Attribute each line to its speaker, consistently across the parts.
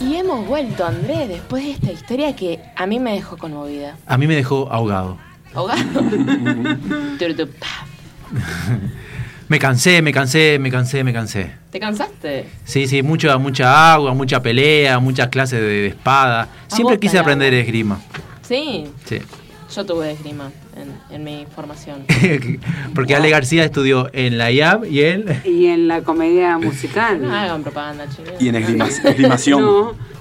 Speaker 1: hemos vuelto, Andrés, después de esta historia que a mí me dejó conmovida.
Speaker 2: A mí me dejó ahogado.
Speaker 1: Ahogado. Turtupaf.
Speaker 2: Me cansé, me cansé, me cansé, me cansé.
Speaker 1: ¿Te cansaste?
Speaker 2: Sí, sí, mucha, mucha agua, mucha pelea, muchas clases de, de espada. Siempre
Speaker 1: vos
Speaker 2: quise
Speaker 1: tenés
Speaker 2: aprender
Speaker 1: agua.
Speaker 2: esgrima.
Speaker 1: Sí,
Speaker 2: Sí.
Speaker 1: yo tuve esgrima en, en mi formación.
Speaker 2: Porque Ale García estudió en la IAB y él.
Speaker 3: Y en la comedia musical.
Speaker 1: No hagan propaganda, chicos.
Speaker 4: Y en esgrima-
Speaker 3: No,
Speaker 4: esgrimación.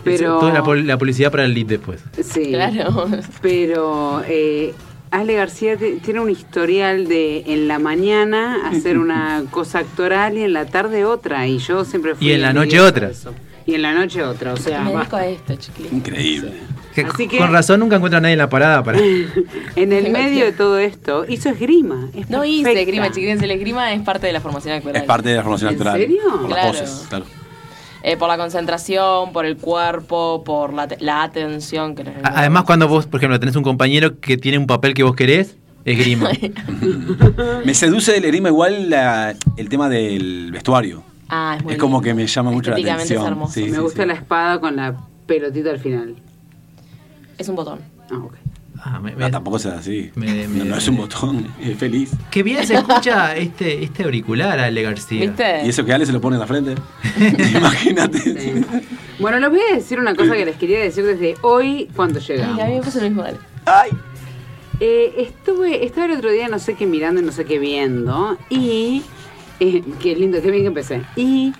Speaker 3: pero.
Speaker 2: Toda la, pol- la publicidad para el lead después.
Speaker 3: Sí.
Speaker 1: Claro.
Speaker 3: Pero eh, Ale García te- tiene un historial de en la mañana hacer una cosa actoral y en la tarde otra. Y yo siempre fui.
Speaker 2: Y en la noche
Speaker 3: envidiosa
Speaker 2: otra.
Speaker 3: de eso. Y en la noche otra, o sea.
Speaker 1: me
Speaker 3: va.
Speaker 1: dedico a esto, chiquilín.
Speaker 4: Increíble.
Speaker 2: Que
Speaker 3: Así que-
Speaker 2: Con razón nunca encuentro a nadie en la parada para.
Speaker 3: En el medio de todo esto hizo esgrima. Es
Speaker 1: No hice
Speaker 3: perfecta.
Speaker 1: esgrima, chiquilín. El esgrima es parte de la formación actoral.
Speaker 4: Es parte de la formación
Speaker 3: ¿En
Speaker 4: natural.
Speaker 3: serio?
Speaker 4: Por las
Speaker 1: Claro.
Speaker 4: voces, claro.
Speaker 1: Eh, por la concentración, por el cuerpo, por la, te- la atención que
Speaker 2: A-
Speaker 4: Ah,
Speaker 2: Además, cuando vos, por ejemplo, tenés un compañero que tiene un papel que vos querés, esgrima.
Speaker 4: Me seduce del esgrima igual la- el tema del vestuario.
Speaker 1: Ah, es muy
Speaker 4: es como
Speaker 1: lindo.
Speaker 4: que me llama mucho la
Speaker 1: Estéticamente
Speaker 4: atención.
Speaker 1: es hermoso.
Speaker 4: Sí,
Speaker 3: Me
Speaker 4: sí,
Speaker 3: gusta
Speaker 4: sí.
Speaker 3: la espada con la pelotita al final.
Speaker 1: Es un botón.
Speaker 3: Ah, ok.
Speaker 2: Ah, me- me-
Speaker 4: No, tampoco sea así.
Speaker 2: Me-
Speaker 4: no,
Speaker 2: me-
Speaker 4: no es un botón, es feliz.
Speaker 2: Qué bien se escucha este, este auricular, Ale García.
Speaker 1: ¿Viste?
Speaker 4: Y eso que Ale se lo pone en la frente. Imagínate.
Speaker 3: Sí. Bueno, les voy a decir una cosa que les quería decir desde hoy cuando llegamos.
Speaker 1: Ay, a mí me puso lo mismo, dale.
Speaker 4: ¡Ay!
Speaker 3: Eh, estuve, estaba el otro día no sé qué mirando y no sé qué viendo. Y. eh, qué lindo, qué bien que empecé. Y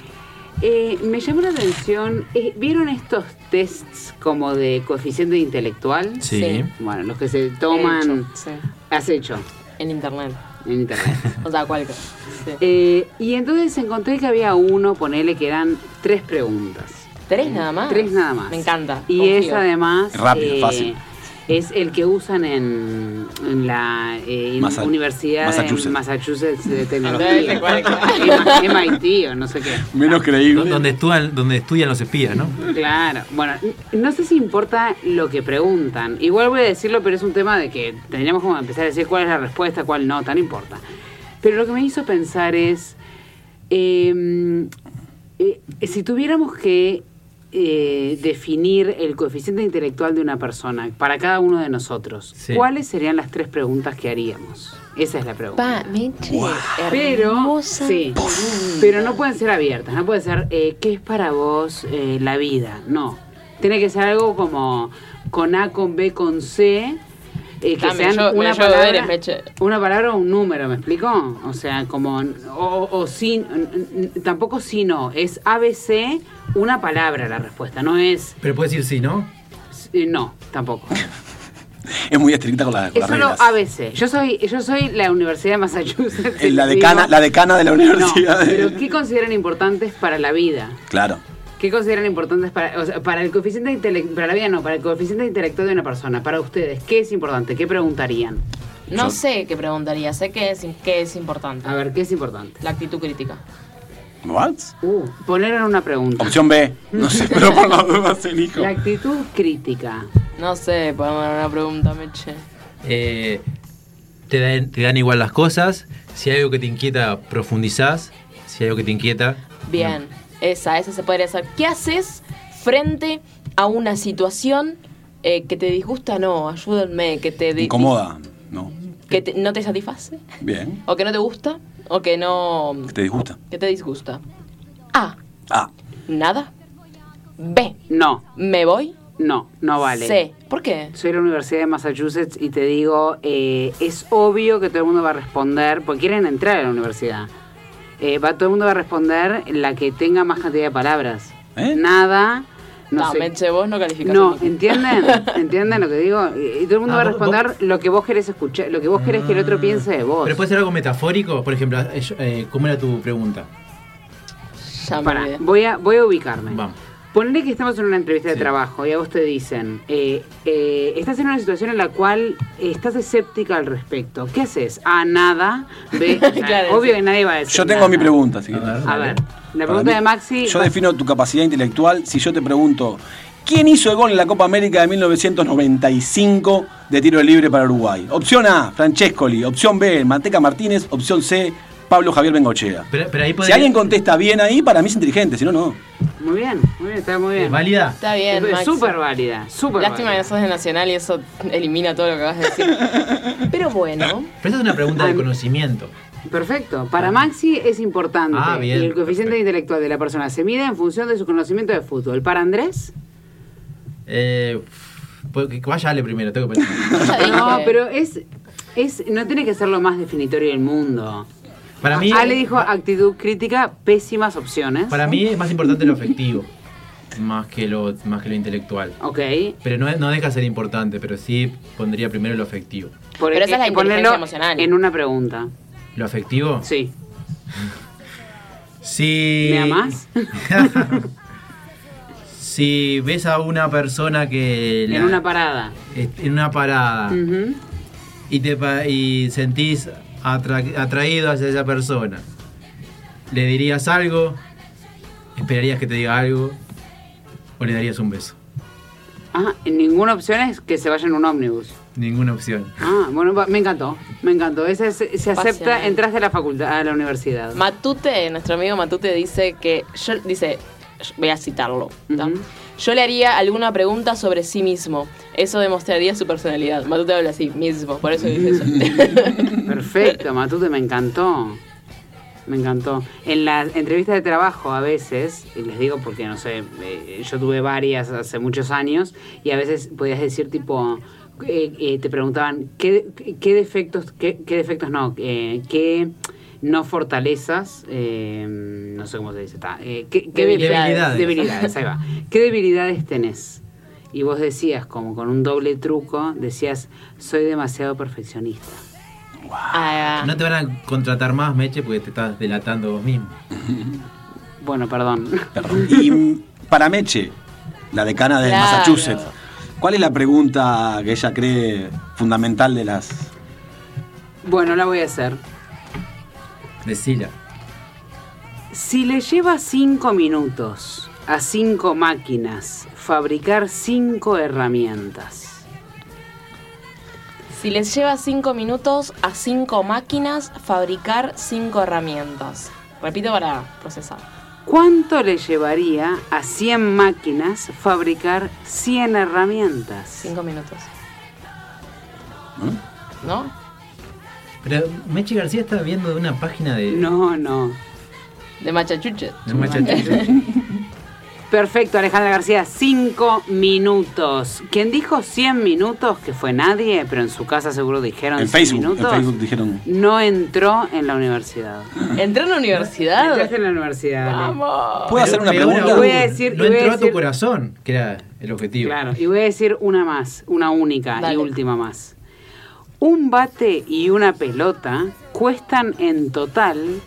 Speaker 3: eh, me llamó la atención. eh, ¿Vieron estos tests como de coeficiente intelectual?
Speaker 2: Sí.
Speaker 1: Sí.
Speaker 3: Bueno, los que se toman.
Speaker 1: Hecho, sí.
Speaker 3: Has hecho
Speaker 1: En internet.
Speaker 3: en internet.
Speaker 1: O sea, cualquier. Sí.
Speaker 3: Eh, y entonces encontré que había uno, ponele que eran tres preguntas.
Speaker 1: Tres nada más.
Speaker 3: Tres nada más.
Speaker 1: Me encanta.
Speaker 3: Y
Speaker 1: confío.
Speaker 3: es además. eh,
Speaker 4: Rápido, fácil.
Speaker 3: Es el que usan en, en la eh, en
Speaker 4: Massa-
Speaker 3: Universidad de
Speaker 4: Massachusetts.
Speaker 3: Massachusetts
Speaker 1: Ah,
Speaker 3: de
Speaker 1: Andrés, de
Speaker 3: Tecnología.
Speaker 1: cual-
Speaker 3: M- MIT o no sé qué.
Speaker 4: Menos
Speaker 2: Do-
Speaker 4: creíble.
Speaker 2: Donde estudian, donde estudian los espías, ¿no?
Speaker 3: Claro. Bueno, n- no sé si importa lo que preguntan. Igual voy a decirlo, pero es un tema de que tendríamos como empezar a decir cuál es la respuesta, cuál no, tan importa. Pero lo que me hizo pensar es, eh, eh, si tuviéramos que eh, definir el coeficiente intelectual de una persona para cada uno de nosotros,
Speaker 2: Sí.
Speaker 3: ¿cuáles serían las tres preguntas que haríamos? Esa es la pregunta.
Speaker 1: Pa, Meche,
Speaker 3: Pero,
Speaker 1: hermosa.
Speaker 3: sí, pero no pueden ser abiertas, no puede ser, eh, ¿qué es para vos eh, la vida? No, tiene que ser algo como con A, con B, con C, eh, que
Speaker 1: Ah, me
Speaker 3: sean
Speaker 1: yo- me
Speaker 3: una,
Speaker 1: yo deberes,
Speaker 3: palabra,
Speaker 1: Meche.
Speaker 3: una palabra o un número, ¿me explico? O sea, como, o, o sin, tampoco sí, no, es ABC, una palabra la respuesta, no es,
Speaker 2: Pero puedes decir sí, ¿no?
Speaker 3: eh, no, tampoco.
Speaker 4: Es muy estricta con, la, con las
Speaker 3: Es solo
Speaker 4: reglas.
Speaker 3: ABC. Yo soy, yo soy la Universidad de Massachusetts.
Speaker 4: Es la
Speaker 3: digo-
Speaker 4: decana, la decana de la
Speaker 3: No,
Speaker 4: universidad.
Speaker 3: pero ¿qué consideran importantes para la vida?
Speaker 4: Claro.
Speaker 3: ¿Qué consideran importantes para, o sea, para el coeficiente intelectual, para la vida no, para el coeficiente intelectual de una persona, para ustedes? ¿Qué es importante? ¿Qué preguntarían?
Speaker 1: No
Speaker 4: Yo-
Speaker 1: sé qué preguntaría, sé que es, que es importante.
Speaker 3: A ver, ¿qué es importante?
Speaker 1: La actitud crítica.
Speaker 4: ¿What?
Speaker 3: Uh, poneron una pregunta.
Speaker 4: Opción B. No sé, pero por las dudas elijo.
Speaker 3: La actitud crítica.
Speaker 1: No sé, podemos dar una pregunta, Meche.
Speaker 2: Eh, te, dan, te dan igual las cosas. Si hay algo que te inquieta, profundizás. Si hay algo que te inquieta.
Speaker 1: Bien, esa, esa se podría hacer. ¿Qué haces frente a una situación eh, que te disgusta? No, ayúdenme, que te di-
Speaker 4: Incomoda. No.
Speaker 1: que te- no te satisface,
Speaker 4: Bien.
Speaker 1: o que no te gusta, o que no
Speaker 4: ¿Qué te disgusta?
Speaker 1: que te disgusta. A,
Speaker 4: Ah.
Speaker 1: nada. B,
Speaker 3: No,
Speaker 1: me voy.
Speaker 3: no, no vale.
Speaker 1: C, ¿por qué?
Speaker 3: Soy de la Universidad de Massachusetts y te digo, eh, es obvio que todo el mundo va a responder, porque quieren entrar a la universidad. Eh, va, todo el mundo va a responder la que tenga más cantidad de palabras.
Speaker 4: ¿Eh?
Speaker 3: Nada, no,
Speaker 1: No,
Speaker 3: sé.
Speaker 1: Meche, vos no calificás.
Speaker 3: No,
Speaker 1: aquí.
Speaker 3: ¿entienden? ¿Entienden lo que digo? Y y todo el mundo
Speaker 2: Ah,
Speaker 3: va a
Speaker 2: vos- Ah.
Speaker 3: responder lo que vos querés escuchar, lo que vos querés que el otro piense de vos.
Speaker 2: Pero puede ser algo metafórico. Por ejemplo, eh, yo- eh, ¿cómo era tu pregunta?
Speaker 1: Ya me
Speaker 3: Pará,
Speaker 1: olvidé.
Speaker 3: voy a, voy a ubicarme.
Speaker 2: Vamos.
Speaker 3: Ponle que estamos en una entrevista de
Speaker 2: Sí.
Speaker 3: trabajo y a vos te dicen, eh, eh, estás en una situación en la cual estás escéptica al respecto. ¿Qué haces? A nada. B,
Speaker 1: Claro,
Speaker 3: obvio
Speaker 1: sí.
Speaker 3: que nadie va a decir.
Speaker 4: Yo tengo
Speaker 3: nada.
Speaker 4: mi pregunta. Si
Speaker 2: A
Speaker 4: querés.
Speaker 2: ver.
Speaker 3: A ver, la
Speaker 4: Para
Speaker 3: pregunta
Speaker 4: mí,
Speaker 3: de Maxi.
Speaker 4: Yo
Speaker 3: va-
Speaker 4: defino tu capacidad intelectual si yo te pregunto, ¿quién hizo el gol en la Copa América de 1995 de tiro libre para Uruguay? Opción A, Francescoli. Opción B, Manteca Martínez. Opción C, Pablo Javier Bengochea.
Speaker 2: Pero, pero ahí
Speaker 4: Si
Speaker 2: podría-
Speaker 4: alguien contesta bien ahí, para mí es inteligente, si no, no.
Speaker 3: Muy bien, muy bien, está muy
Speaker 2: ¿Es
Speaker 3: bien.
Speaker 2: válida?
Speaker 1: Está bien,
Speaker 3: Es
Speaker 1: Max.
Speaker 3: súper válida, súper
Speaker 1: Lástima que
Speaker 3: válida.
Speaker 1: sos de Nacional y eso elimina todo lo que vas a decir. Pero bueno,
Speaker 2: Pero esa es una pregunta de
Speaker 3: Ay.
Speaker 2: conocimiento.
Speaker 3: Perfecto. Para Maxi es importante.
Speaker 2: Ah, bien,
Speaker 3: el coeficiente
Speaker 2: perfecto.
Speaker 3: intelectual de la persona se mide en función de su conocimiento de fútbol. Para Andrés,
Speaker 2: Eh, pues que vaya Ale primero, tengo que pensar.
Speaker 1: ya dije.
Speaker 3: no, pero es, es no tiene que ser lo más definitorio del mundo.
Speaker 2: Para mí,
Speaker 3: Ale dijo actitud crítica, pésimas opciones.
Speaker 2: para mí es más importante lo afectivo, más que lo, más que lo intelectual.
Speaker 3: Ok.
Speaker 2: Pero no, no deja de ser importante, pero sí pondría primero lo afectivo.
Speaker 3: Por-
Speaker 1: Pero esa es la
Speaker 3: eh, ponerlo
Speaker 1: inteligencia emocional.
Speaker 3: En una pregunta.
Speaker 2: ¿Lo afectivo?
Speaker 3: Sí.
Speaker 2: Si...
Speaker 3: ¿Me amás?
Speaker 2: si ves a una persona que... Eh, la- Ah.
Speaker 3: En una Mm. parada.
Speaker 2: est- en una parada
Speaker 3: Ujú.
Speaker 2: y, te, pa- y sentís atra- atraído hacia esa persona, ¿le dirías algo? ¿Esperarías que te diga algo? ¿O le darías un beso?
Speaker 3: Ah, en ninguna opción es que se vaya en un ómnibus.
Speaker 2: Ninguna opción.
Speaker 3: Ah, bueno, va- me encantó, me encantó. Esa es- se acepta,
Speaker 1: Apasionante.
Speaker 3: entras de la facultad a la universidad.
Speaker 1: Matute, nuestro amigo Matute dice que yo dice, yo- voy a citarlo. ¿tá?
Speaker 3: Ujú.
Speaker 1: Yo le haría alguna pregunta sobre sí mismo. Eso demostraría su personalidad. Matute habla así mismo, por eso dice eso.
Speaker 3: Perfecto, Matute, me encantó. Me encantó. En las entrevistas de trabajo a veces, y les digo porque no sé, eh, yo tuve varias hace muchos años, y a veces podías decir tipo, eh, eh, te preguntaban, ¿qué, qué defectos, qué, qué defectos no, eh, qué no fortalezas, eh, no sé cómo se dice, ta, eh, ¿qué, qué
Speaker 2: Debilidades.
Speaker 3: debilidades, ahí va. ¿Qué debilidades tenés? Y vos decías, como con un doble truco, decías, soy demasiado perfeccionista.
Speaker 1: Ah,
Speaker 2: No te van a contratar más, Meche, porque te estás delatando vos mismo.
Speaker 3: Bueno, perdón.
Speaker 4: Perdón. Y mm, para Meche, la decana de
Speaker 1: Claro.
Speaker 4: Massachusetts, ¿cuál es la pregunta que ella cree fundamental de las...
Speaker 3: Bueno, la voy a hacer.
Speaker 2: Decila.
Speaker 3: Si le lleva cinco minutos a cinco máquinas fabricar cinco herramientas,
Speaker 1: Si les lleva 5 minutos a 5 máquinas fabricar 5 herramientas. Repito para procesar.
Speaker 3: ¿cuánto le llevaría a 100 máquinas fabricar 100 herramientas?
Speaker 1: 5 minutos.
Speaker 4: ¿Mm?
Speaker 1: ¿No?
Speaker 2: Pero Meche García está viendo de una página de...
Speaker 3: No, no.
Speaker 1: De Machachuchet.
Speaker 2: de Massachusetts.
Speaker 3: Perfecto, Alejandra García, cinco minutos. Quien dijo 100 minutos, que fue nadie, pero en su casa seguro dijeron
Speaker 4: En
Speaker 3: 100
Speaker 4: Facebook, en
Speaker 3: minutos,
Speaker 4: Facebook dijeron...
Speaker 3: no entró en la universidad.
Speaker 1: ¿Entré en la universidad?
Speaker 3: Entraste en la universidad. Ale.
Speaker 1: ¡Vamos!
Speaker 4: ¿Puedo hacer una
Speaker 2: Peor
Speaker 4: pregunta?
Speaker 2: aún,
Speaker 3: Voy a decir-
Speaker 2: no
Speaker 3: voy a
Speaker 2: entró a, tu
Speaker 3: decir-
Speaker 2: corazón, que era el objetivo.
Speaker 3: Claro, y voy a decir una más, una única y
Speaker 1: Dale.
Speaker 3: última más. Un bate y una pelota cuestan en total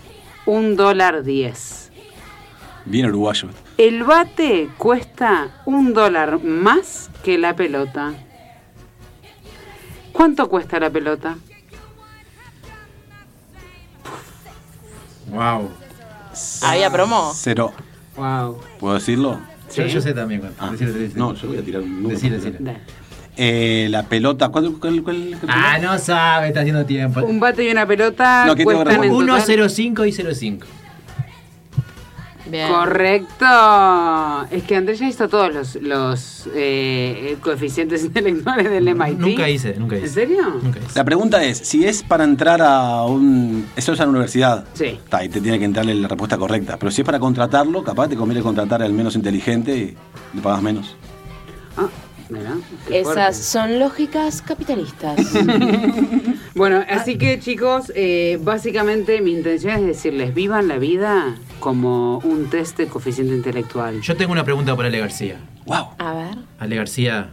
Speaker 3: un dólar diez.
Speaker 4: Bien uruguayo.
Speaker 3: El bate cuesta un dólar más que la pelota. ¿Cuánto cuesta la pelota?
Speaker 2: Wow.
Speaker 1: ¿Había promo?
Speaker 4: Cero.
Speaker 3: Wow.
Speaker 4: ¿Puedo decirlo?
Speaker 2: Yo,
Speaker 3: Sí.
Speaker 2: yo sé también cuánto.
Speaker 4: Ah,
Speaker 2: Decilo, decilo.
Speaker 4: No, yo voy a tirar un número.
Speaker 2: Decilo, decilo.
Speaker 4: Eh, la pelota, ¿cuál, cuál, cuál- qué
Speaker 2: Ah,
Speaker 4: pelota?
Speaker 2: no sabe, está haciendo tiempo.
Speaker 3: Un bate y una pelota
Speaker 4: No, que tengo
Speaker 3: cuestan en
Speaker 4: razón.
Speaker 3: total...
Speaker 2: 1.05 y 0.5.
Speaker 1: Bien.
Speaker 3: Correcto. Es que Andrés ya hizo todos los, los eh, coeficientes intelectuales del MIT.
Speaker 2: Nunca hice, nunca hice.
Speaker 3: ¿En serio?
Speaker 2: Nunca hice.
Speaker 4: La pregunta es, si es para entrar a un... Eso es a la universidad.
Speaker 3: Sí.
Speaker 4: Está, ahí te tiene que entrarle la respuesta correcta. Pero si es para contratarlo, capaz te conviene contratar al menos inteligente y le pagas menos.
Speaker 3: Ah, mira, qué
Speaker 1: Esas
Speaker 3: fuerte.
Speaker 1: son lógicas capitalistas.
Speaker 3: Bueno,
Speaker 1: Ah.
Speaker 3: así que chicos, eh, básicamente mi intención es decirles, vivan la vida como un test de coeficiente intelectual.
Speaker 2: Yo tengo una pregunta para Ale García.
Speaker 4: ¡Wow!
Speaker 1: A ver.
Speaker 2: Ale García,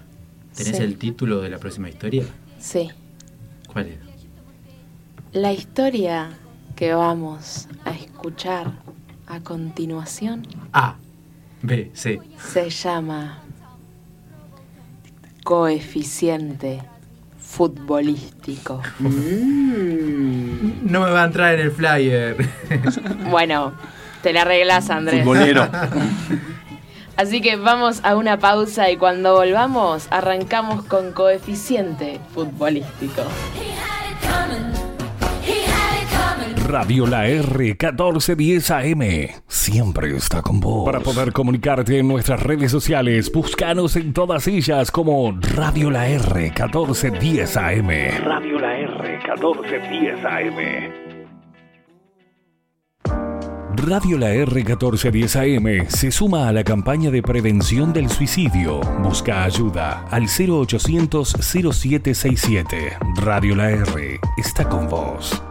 Speaker 2: ¿tenés
Speaker 1: Sí.
Speaker 2: el título de la próxima historia?
Speaker 1: Sí.
Speaker 2: ¿Cuál es?
Speaker 1: La historia que vamos a escuchar a continuación
Speaker 2: A, B, C.
Speaker 1: se llama coeficiente futbolístico.
Speaker 3: Mm.
Speaker 2: No me va a entrar en el flyer.
Speaker 1: Bueno, te la arreglas, Andrés.
Speaker 4: Futbolero.
Speaker 1: Así que vamos a una pausa y cuando volvamos arrancamos con coeficiente futbolístico.
Speaker 5: He had it coming. He had it coming. Radio La R 1410 AM siempre está con vos. Para poder comunicarte en nuestras redes sociales, búscanos en todas ellas como Radio La R 1410 AM. Radio La R 1410 AM. Radio La R 1410 AM se suma a la campaña de prevención del suicidio. Busca ayuda al 0800 0767. Radio La R está con vos.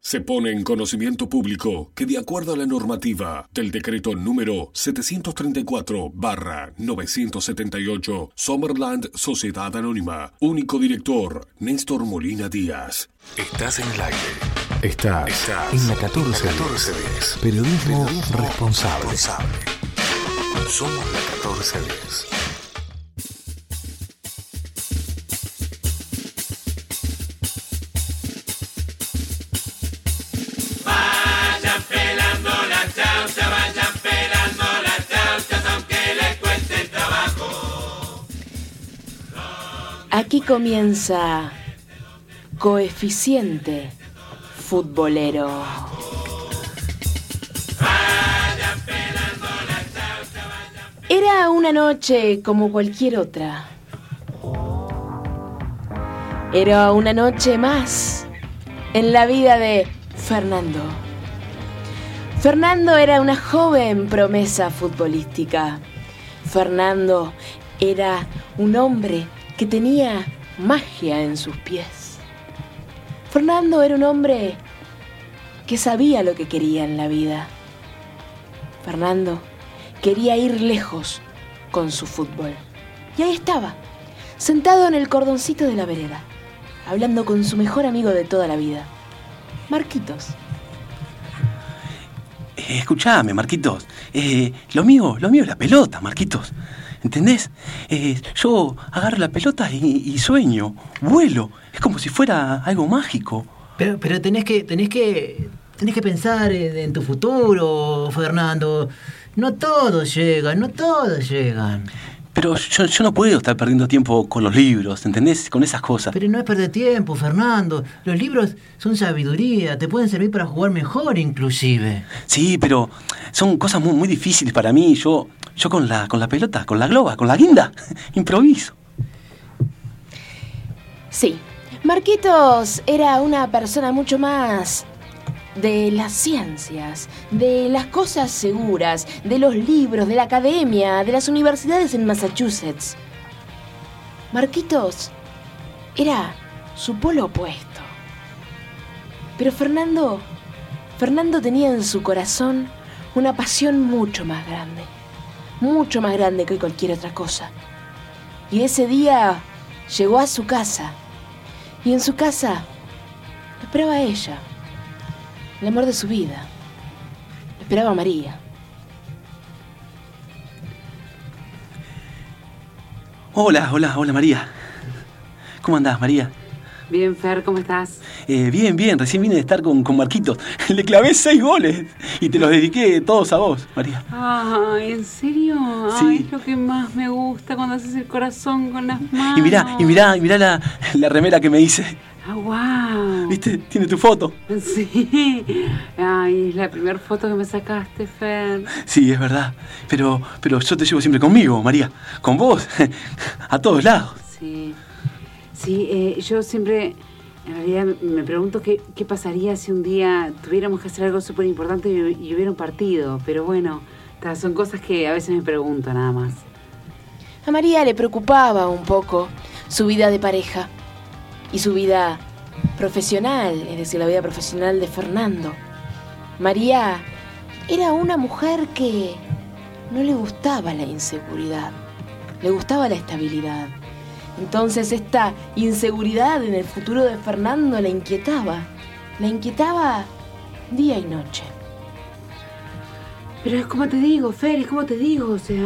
Speaker 6: Se pone en conocimiento público que de acuerdo a la normativa del decreto número 734-978 Summerland Sociedad Anónima, único director Néstor Molina Díaz. Estás en el aire.
Speaker 5: Está en la 14. Periodismo, responsable.
Speaker 6: Somos la 1410.
Speaker 1: Aquí comienza Coeficiente Futbolero. Era una noche como cualquier otra. Era una noche más en la vida de Fernando. Fernando era una joven promesa futbolística. Fernando era un hombre que tenía magia en sus pies. Fernando era un hombre que sabía lo que quería en la vida. Fernando quería ir lejos con su fútbol. Y ahí estaba, sentado en el cordoncito de la vereda, hablando con su mejor amigo de toda la vida, Marquitos.
Speaker 7: Eh, escuchame, Marquitos. Eh, lo mío, lo mío es la pelota, Marquitos. ¿Entendés? Eh, yo agarro la pelota y, y sueño, vuelo. Es como si fuera algo mágico.
Speaker 8: Pero, pero tenés que, tenés que, tenés que pensar en en tu futuro, Fernando. No todos llegan, no todos llegan.
Speaker 7: Pero yo, yo no puedo estar perdiendo tiempo con los libros, ¿entendés? Con esas cosas.
Speaker 8: Pero no es perder tiempo, Fernando. Los libros son sabiduría, te pueden servir para jugar mejor inclusive.
Speaker 7: Sí, pero son cosas muy, muy difíciles para mí. Yo, yo con la, con la pelota, con la globa, con la guinda, improviso.
Speaker 1: Sí, Marquitos era una persona mucho más de las ciencias, de las cosas seguras, de los libros, de la academia, de las universidades en Massachusetts. Marquitos era su polo opuesto. Pero Fernando, Fernando tenía en su corazón una pasión mucho más grande, mucho más grande que cualquier otra cosa. Y ese día llegó a su casa. Y en su casa lo esperaba a ella, el amor de su vida. Lo esperaba a María.
Speaker 7: Hola, hola, hola María. ¿Cómo andás, María?
Speaker 3: Bien, Fer, ¿cómo estás?
Speaker 7: Eh, bien, bien, recién vine de estar con, con Marquitos. Le clavé seis goles y te los dediqué todos a vos, María.
Speaker 3: Ay, ¿en serio? Ay,
Speaker 7: Sí.
Speaker 3: es lo que más me gusta cuando haces el corazón con las manos.
Speaker 7: Y mirá, y mirá, y mirá la, la remera que me hice.
Speaker 3: Ah, wow.
Speaker 7: ¿Viste? Tiene tu foto.
Speaker 3: Sí. Ay, es la primera foto que me sacaste, Fer.
Speaker 7: Sí, es verdad. Pero, pero yo te llevo siempre conmigo, María. Con vos. A todos lados.
Speaker 3: Sí. Sí, eh, yo siempre, en realidad, me- me pregunto qué, qué pasaría si un día tuviéramos que hacer algo súper importante y, y hubiera un partido. Pero bueno, ta, son cosas que a veces me pregunto nada más.
Speaker 1: A María le preocupaba un poco su vida de pareja y su vida profesional, es decir, la vida profesional de Fernando. María era una mujer que no le gustaba la inseguridad, le gustaba la estabilidad. Entonces esta inseguridad en el futuro de Fernando la inquietaba, la inquietaba día y noche.
Speaker 3: Pero es como te digo, Fer, es como te digo, o sea,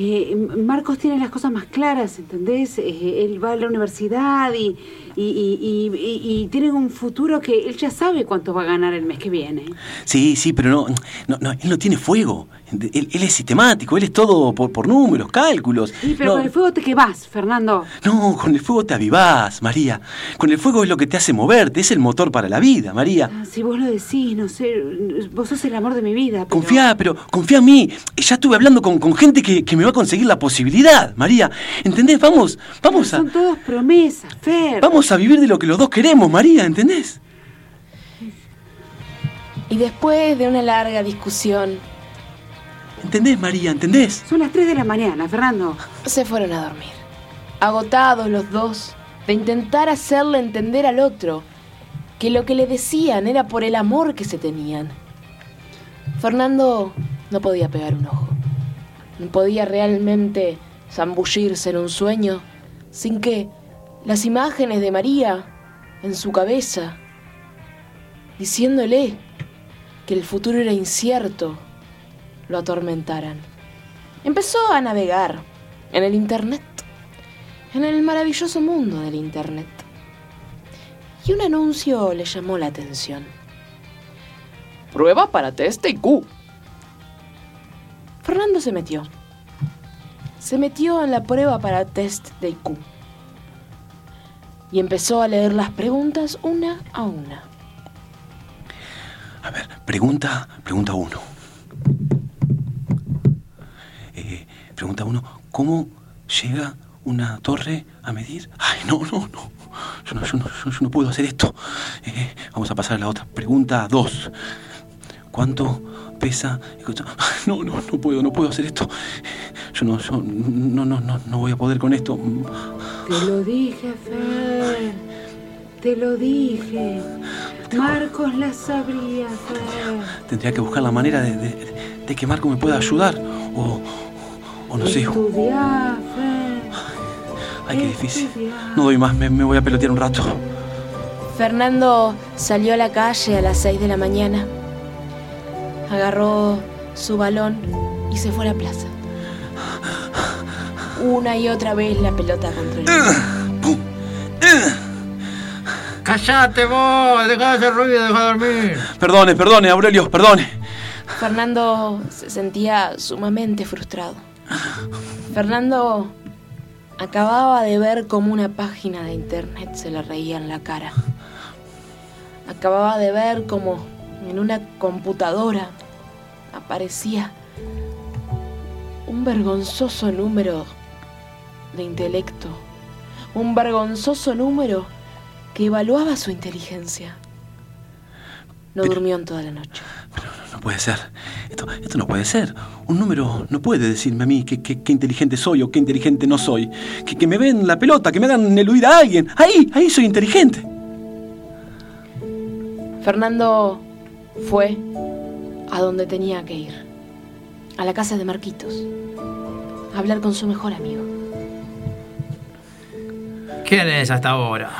Speaker 3: eh, Marcos tiene las cosas más claras, ¿entendés? Eh, él va a la universidad y, y, y- y- y tiene un futuro que él ya sabe cuánto va a ganar el mes que viene.
Speaker 7: Sí, sí, pero no, no, no, él no tiene fuego. Él, él es sistemático, él es todo por, por números, cálculos.
Speaker 3: Y pero
Speaker 7: no,
Speaker 3: con el fuego te que vas, Fernando.
Speaker 7: no, con el fuego te avivás, María. Con el fuego es lo que te hace moverte, es el motor para la vida, María.
Speaker 3: Ah, Si vos lo decís, no sé, vos sos el amor de mi vida. pero-
Speaker 7: Confía, pero confía en mí. Ya estuve hablando con, con gente que, que me va a conseguir la posibilidad, María. ¿Entendés? Vamos, vamos a,
Speaker 3: Son todas promesas, Fer.
Speaker 7: vamos a vivir de lo que los dos queremos, María, ¿entendés?
Speaker 1: Y después de una larga discusión,
Speaker 7: ¿Entendés, María? ¿Entendés?
Speaker 3: Son las 3 de la mañana, Fernando.
Speaker 1: se fueron a dormir. Agotados los dos de intentar hacerle entender al otro que lo que le decían era por el amor que se tenían. Fernando no podía pegar un ojo. No podía realmente zambullirse en un sueño sin que las imágenes de María en su cabeza, diciéndole que el futuro era incierto, lo atormentaran. Empezó a navegar en el Internet, en el maravilloso mundo del Internet. Y un anuncio le llamó la atención. Prueba para test IQ. Fernando se metió. Se metió en la prueba para test de IQ. Y empezó a leer las preguntas una a una.
Speaker 7: A ver, pregunta, pregunta uno. Eh, pregunta uno, ¿cómo llega una torre a medir? Ay, no, no, no. Yo no, yo no, yo- yo no puedo hacer esto. Eh, vamos a pasar a la otra. Pregunta dos. ¿Cuánto pesa? No, no, no puedo, no puedo hacer esto. Yo no, yo no, no, no, no voy a poder con esto.
Speaker 3: Te lo dije, Fer. Te lo dije. Marcos la sabría, Fer.
Speaker 7: Tendría que buscar la manera de, de- de que Marco me pueda ayudar. O, o no sé. o-
Speaker 3: Estudiá, Fer.
Speaker 7: Ay, qué difícil. No doy más, me, me voy a pelotear un rato.
Speaker 1: Fernando salió a la calle a las 6 de la mañana, agarró su balón y se fue a la plaza. Una y otra vez la pelota contra el piso.
Speaker 8: ¡Cállate vos! ¡Dejá de hacer ruido, dejá de dormir!
Speaker 7: Perdone, perdone, Aurelio, perdone.
Speaker 1: Fernando se sentía sumamente frustrado. Fernando acababa de ver cómo una página de internet se le reía en la cara. Acababa de ver cómo en una computadora aparecía un vergonzoso número de intelecto, un vergonzoso número que evaluaba su inteligencia. No durmió en toda la noche.
Speaker 7: No puede ser. Esto, esto no puede ser. Un número no puede decirme a mí qué que, qué inteligente soy o qué inteligente no soy. Que, que me ven la pelota, que me hagan eludir a alguien. Ahí, ahí soy inteligente.
Speaker 1: Fernando fue a donde tenía que ir, a la casa de Marquitos, a hablar con su mejor amigo.
Speaker 8: ¿Quién es hasta ahora?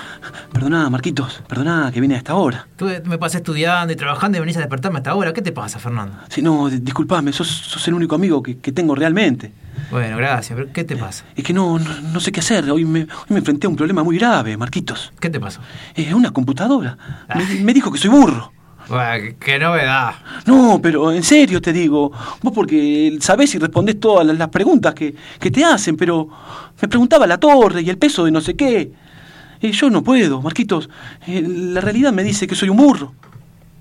Speaker 7: Perdoná, Marquitos, perdoná que vine a esta hora.
Speaker 8: Tú eh, me pasé estudiando y trabajando y venís a despertarme hasta ahora. ¿Qué te pasa, Fernando?
Speaker 7: Si no, di- disculpame, sos, sos el único amigo que, que tengo realmente. Eh,
Speaker 8: Bueno, gracias, pero ¿qué te pasa?
Speaker 7: Es que no, no, no sé qué hacer. Hoy me, hoy me enfrenté a un problema muy grave, Marquitos.
Speaker 8: ¿Qué te pasó? Ah.
Speaker 7: Es una computadora. Me- me dijo que soy burro.
Speaker 8: Buah, qué- qué novedad.
Speaker 7: No, pero en serio te digo. Vos porque sabés y respondés todas las- las preguntas que, que te hacen, pero me preguntaba la torre y el peso de no sé qué. Eh, yo no puedo, Marquitos. Eh, la realidad me dice que soy un burro.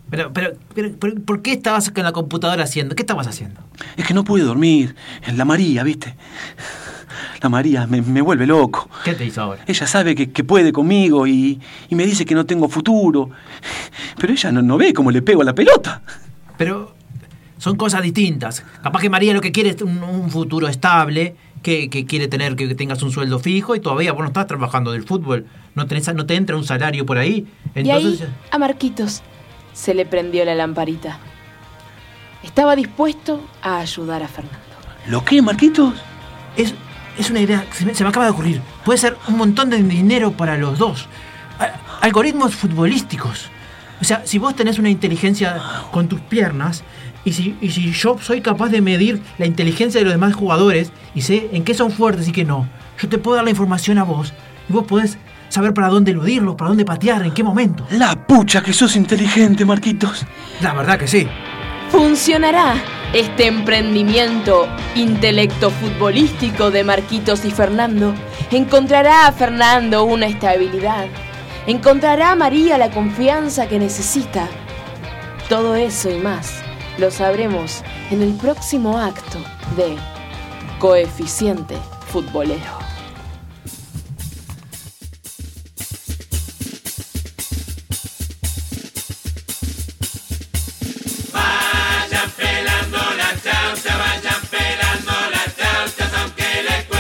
Speaker 8: Pero, pero, pero, pero, ¿por qué estabas con la computadora haciendo? ¿Qué estabas haciendo?
Speaker 7: Es que no pude dormir. La María, ¿viste? La María me, me vuelve loco.
Speaker 8: ¿Qué te hizo ahora?
Speaker 7: Ella sabe que, que puede conmigo y, y me dice que no tengo futuro. Pero ella no, no ve cómo le pego a la pelota.
Speaker 8: Pero son cosas distintas. Capaz que María lo que quiere es un, un futuro estable, que, que quiere tener que, que tengas un sueldo fijo y todavía vos no estás trabajando del fútbol, no, tenés, no te entra un salario por ahí. Entonces,
Speaker 1: y ahí a Marquitos se le prendió la lamparita. Estaba dispuesto a ayudar a Fernando.
Speaker 7: ¿Lo qué, Marquitos?
Speaker 8: es, es una idea que se me, se me acaba de ocurrir. Puede ser un montón de dinero para los dos. A- algoritmos futbolísticos. O sea, si vos tenés una inteligencia con tus piernas, y si, y si yo soy capaz de medir la inteligencia de los demás jugadores y sé en qué son fuertes y qué no, yo te puedo dar la información a vos y vos podés saber para dónde eludirlos, para dónde patear, en qué momento.
Speaker 7: La pucha que sos inteligente, Marquitos.
Speaker 8: La verdad que sí.
Speaker 1: ¿Funcionará este emprendimiento intelecto futbolístico de Marquitos y Fernando? ¿Encontrará a Fernando una estabilidad? ¿Encontrará a María la confianza que necesita? Todo eso y más lo sabremos en el próximo acto de Coeficiente Futbolero.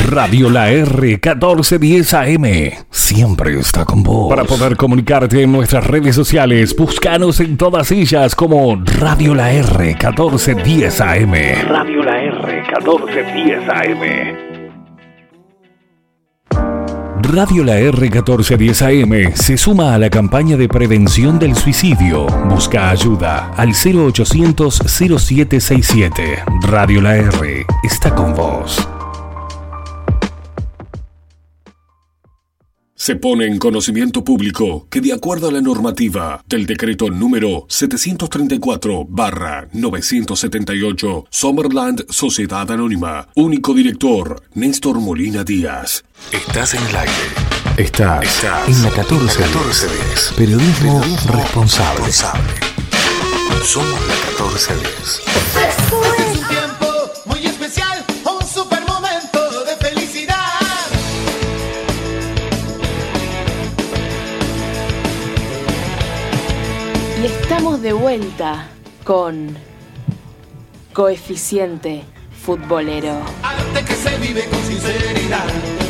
Speaker 5: Radio La R 1410 AM siempre está con vos. Para poder comunicarte en nuestras redes sociales, búscanos en todas ellas como Radio La R 1410 AM. Radio La R 1410 AM. Radio La R 1410 AM se suma a la campaña de prevención del suicidio. Busca ayuda al 0800 0767. Radio La R está con vos.
Speaker 6: Se pone en conocimiento público que de acuerdo a la normativa del decreto número 734-978, Summerland Sociedad Anónima, único director, Néstor Molina Díaz. Estás en el aire.
Speaker 9: Está en la 14
Speaker 6: 10.
Speaker 9: Periodismo, responsable.
Speaker 6: Somos la 1410.
Speaker 10: Es un tiempo muy especial, un super momento de felicidad.
Speaker 1: Y estamos de vuelta con Coeficiente Futbolero.
Speaker 10: Arte que se vive con sinceridad.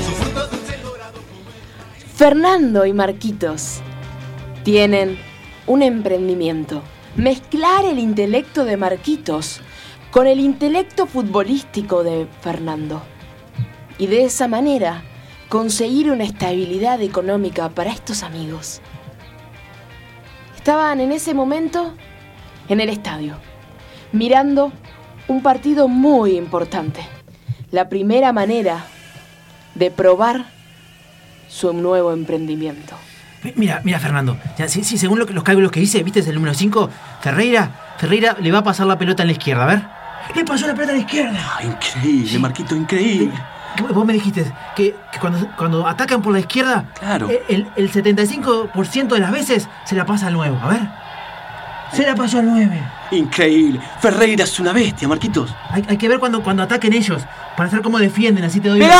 Speaker 10: Su fruto dulce logrado.
Speaker 1: Fernando y Marquitos tienen un emprendimiento. Mezclar el intelecto de Marquitos con el intelecto futbolístico de Fernando. Y de esa manera conseguir una estabilidad económica para estos amigos. Estaban en ese momento en el estadio, mirando un partido muy importante. La primera manera de probar su nuevo emprendimiento.
Speaker 8: Eh, Mira, mira Fernando, ya, si, si según lo que- los cálculos que hice, viste, es el número 5, Ferreira, Ferreira le va a pasar la pelota en la izquierda, a ver. Le pasó la pelota en la izquierda.
Speaker 7: Ah, increíble, Marquito, increíble.
Speaker 8: Que Eh, Vos me dijiste que, que cuando, cuando atacan por la izquierda,
Speaker 7: Claro.
Speaker 8: eh, el, el 75% de las veces se la pasa al 9, a ver. Se la pasó al 9.
Speaker 7: Increíble. Ferreira es una bestia, Marquitos.
Speaker 8: Hay, hay que ver cuando, cuando ataquen ellos, para saber cómo defienden, así te doy...
Speaker 1: Pero-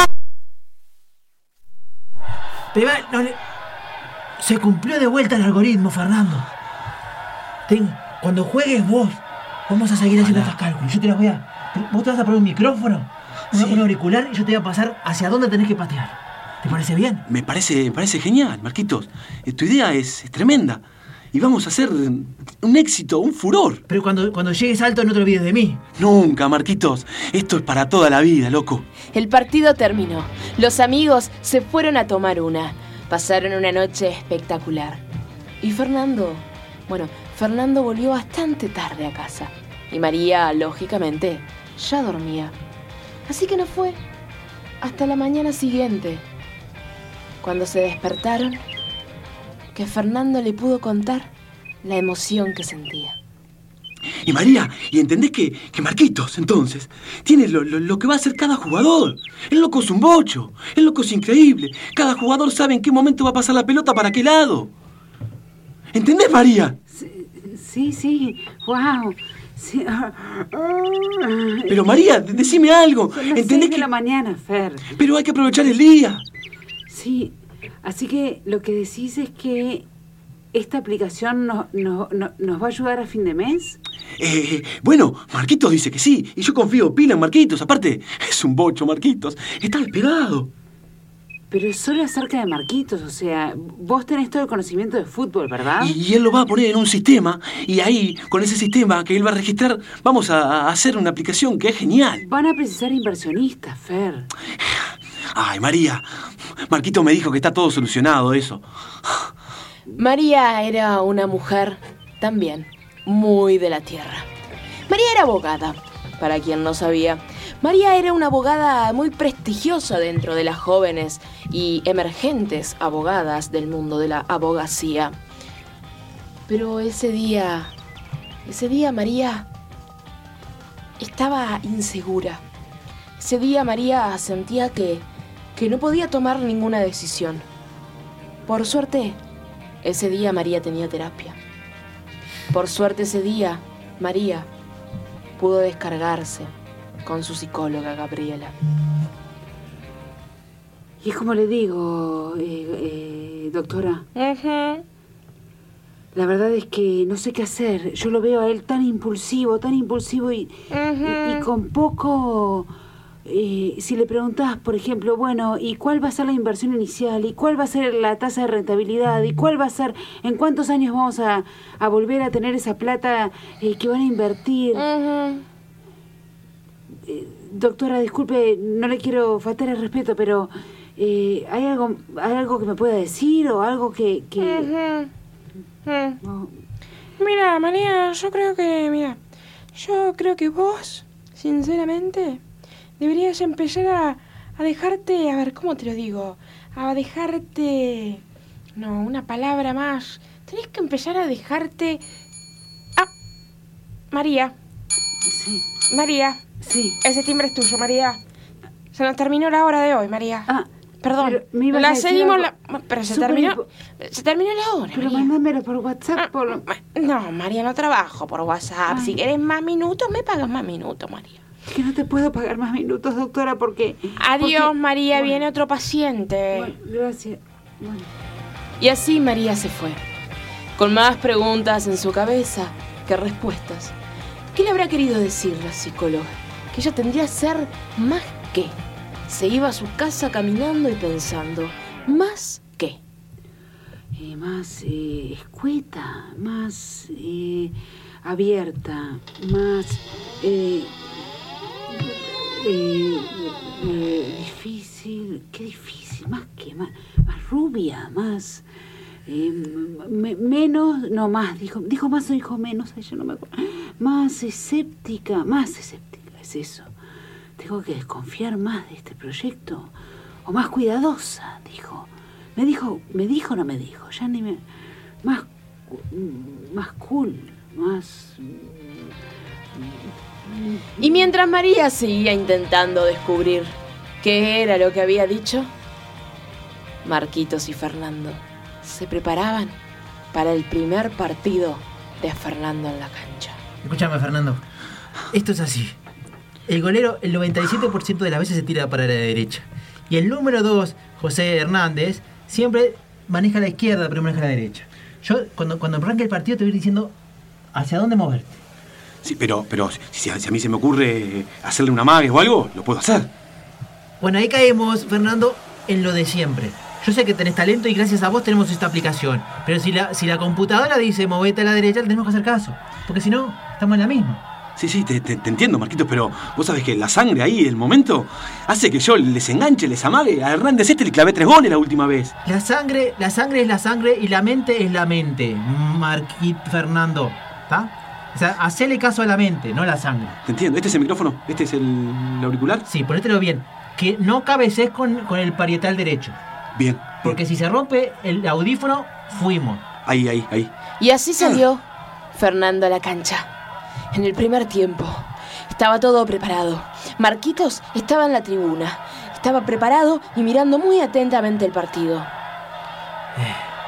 Speaker 8: Pero va- no le- Se cumplió de vuelta el algoritmo, Fernando. Ten- Cuando juegues vos, vamos a seguir haciendo estos cálculos. Yo te los voy a. Vos te vas a poner un micrófono, un- un auricular y yo te voy a pasar hacia dónde tenés que patear. ¿Te parece bien?
Speaker 7: Me parece, me parece genial, Marquitos. Eh, Tu idea es, es tremenda. Y vamos a hacer un éxito, un furor.
Speaker 8: Pero cuando, cuando llegues alto no te olvides de mí.
Speaker 7: Nunca, Marquitos. Esto es para toda la vida, loco.
Speaker 1: El partido terminó. Los amigos se fueron a tomar una. Pasaron una noche espectacular. Y Fernando, bueno, Fernando volvió bastante tarde a casa. Y María, lógicamente, ya dormía. Así que no fue hasta la mañana siguiente, cuando se despertaron, que Fernando le pudo contar la emoción que sentía.
Speaker 7: Y María, ¿y entendés que, que Marquitos, entonces, tiene lo, lo- lo que va a hacer cada jugador? El loco es un bocho, el loco es increíble. Cada jugador sabe en qué momento va a pasar la pelota para qué lado. ¿Entendés, María?
Speaker 3: Sí, sí, wow. Sí. ah, eh, ah.
Speaker 7: Pero María, de- decime algo.
Speaker 3: Son las seis
Speaker 7: ¿Entendés
Speaker 3: de
Speaker 7: que.?
Speaker 3: la mañana, Fer.
Speaker 7: Pero hay que aprovechar el día.
Speaker 3: Sí, así que lo que decís es que esta aplicación nos, nos- nos- nos va a ayudar a fin de mes.
Speaker 7: Eh, bueno, Marquitos dice que sí, y yo confío pila en Marquitos. Aparte, es un bocho, Marquitos. Está despegado.
Speaker 3: Pero es solo acerca de Marquitos, o sea, vos tenés todo el conocimiento de fútbol, ¿verdad?
Speaker 7: Y, y él lo va a poner en un sistema, y ahí, con ese sistema que él va a registrar, vamos a- a hacer una aplicación que es genial.
Speaker 3: Van a precisar inversionistas, Fer.
Speaker 7: Ay, María. Marquito me dijo que está todo solucionado eso.
Speaker 1: María era una mujer también muy de la tierra. María era abogada, para quien no sabía. María era una abogada muy prestigiosa dentro de las jóvenes y emergentes abogadas del mundo de la abogacía. Pero ese día, ese día María estaba insegura. Ese día María sentía que, que no podía tomar ninguna decisión. Por suerte, ese día María tenía terapia. Por suerte ese día, María pudo descargarse con su psicóloga Gabriela.
Speaker 3: Y es como le digo, eh, eh, doctora, la verdad es que no sé qué hacer. Yo lo veo a él tan impulsivo, tan impulsivo y, y- y con poco... eh, si le preguntás, por ejemplo, bueno, ¿y cuál va a ser la inversión inicial? ¿Y cuál va a ser la tasa de rentabilidad? ¿Y cuál va a ser, en cuántos años vamos a, a volver a tener esa plata eh, que van a invertir? Doctora, disculpe, no le quiero faltar el respeto, pero eh, ¿hay, algo, ¿hay algo que me pueda decir o algo que... que... No.
Speaker 11: Mira, María, yo creo que, mira, yo creo que vos, sinceramente, deberías empezar a, a dejarte, a ver, ¿cómo te lo digo? A dejarte, no, una palabra más. Tenés que empezar a dejarte... Ah, María,
Speaker 3: Sí,
Speaker 11: María,
Speaker 3: sí.
Speaker 11: ese timbre es tuyo, María. Se nos terminó la hora de hoy, María.
Speaker 3: Ah,
Speaker 11: Perdón,
Speaker 3: pero me ibas a
Speaker 11: la
Speaker 3: decir
Speaker 11: seguimos,
Speaker 3: algo
Speaker 11: la- pero se
Speaker 3: súper
Speaker 11: terminó,
Speaker 3: impo-
Speaker 11: se terminó la hora,
Speaker 3: pero
Speaker 11: María.
Speaker 3: mándamelo por
Speaker 11: Ah,
Speaker 3: WhatsApp. Por...
Speaker 11: Ma- No, María, no trabajo por WhatsApp.
Speaker 3: Ay.
Speaker 11: Si querés más minutos, me pagas más minutos, María.
Speaker 3: Que no te puedo pagar más minutos, doctora, porque...
Speaker 11: Adiós,
Speaker 3: porque-
Speaker 11: María,
Speaker 3: Bueno,
Speaker 11: viene otro paciente.
Speaker 3: bueno, gracias. Bueno.
Speaker 1: Y así María se fue, con más preguntas en su cabeza que respuestas. ¿Qué le habrá querido decir la psicóloga? Que ella tendría que ser más que. Se iba a su casa caminando y pensando, más que.
Speaker 3: eh, más eh, escueta, más eh, abierta, más eh, eh, eh, difícil, qué difícil, más que más, más rubia, más eh, me- menos, no más, dijo, dijo más o dijo menos, ay, yo no me acuerdo, más escéptica, más escéptica, es eso. Tengo que desconfiar más de este proyecto. O más cuidadosa, dijo. Me dijo, me dijo o no me dijo. Ya ni me. Más, cu- más cool, más.
Speaker 1: mm, Y mientras María seguía intentando descubrir qué era lo que había dicho, Marquitos y Fernando se preparaban para el primer partido de Fernando en la cancha.
Speaker 8: Escúchame, Fernando. Esto es así. El golero el 97% de las veces se tira para la derecha. Y el número 2, José Hernández, siempre maneja la izquierda, pero maneja la derecha. Yo, cuando, cuando arranque el partido, te voy a ir diciendo hacia dónde moverte.
Speaker 7: Sí, pero, pero si, si a si a mí se me ocurre hacerle una mague o algo, lo puedo hacer.
Speaker 8: Bueno, ahí caemos, Fernando, en lo de siempre. Yo sé que tenés talento y gracias a vos tenemos esta aplicación. Pero si la, si la computadora dice movete a la derecha, le tenemos que hacer caso. Porque si no, estamos en la misma.
Speaker 7: Sí, sí, te, te- te entiendo, Marquitos, pero vos sabés que la sangre ahí, el momento, hace que yo les enganche, les amague. A Hernández este le clavé tres goles la última vez.
Speaker 8: La sangre, la sangre es la sangre y la mente es la mente. Marquit Fernando, ¿está? O sea, hacele caso a la mente, no a la sangre.
Speaker 7: Te entiendo. ¿Este es el micrófono? ¿Este es el auricular?
Speaker 8: Sí, ponételo bien. Que no cabeces con, con el parietal derecho.
Speaker 7: Bien.
Speaker 8: Porque si se rompe el audífono, fuimos.
Speaker 7: Ahí, ahí, ahí.
Speaker 1: Y así
Speaker 8: Ah.
Speaker 1: salió Fernando a la cancha. En el primer tiempo estaba todo preparado. Marquitos estaba en la tribuna. Estaba preparado y mirando muy atentamente el partido.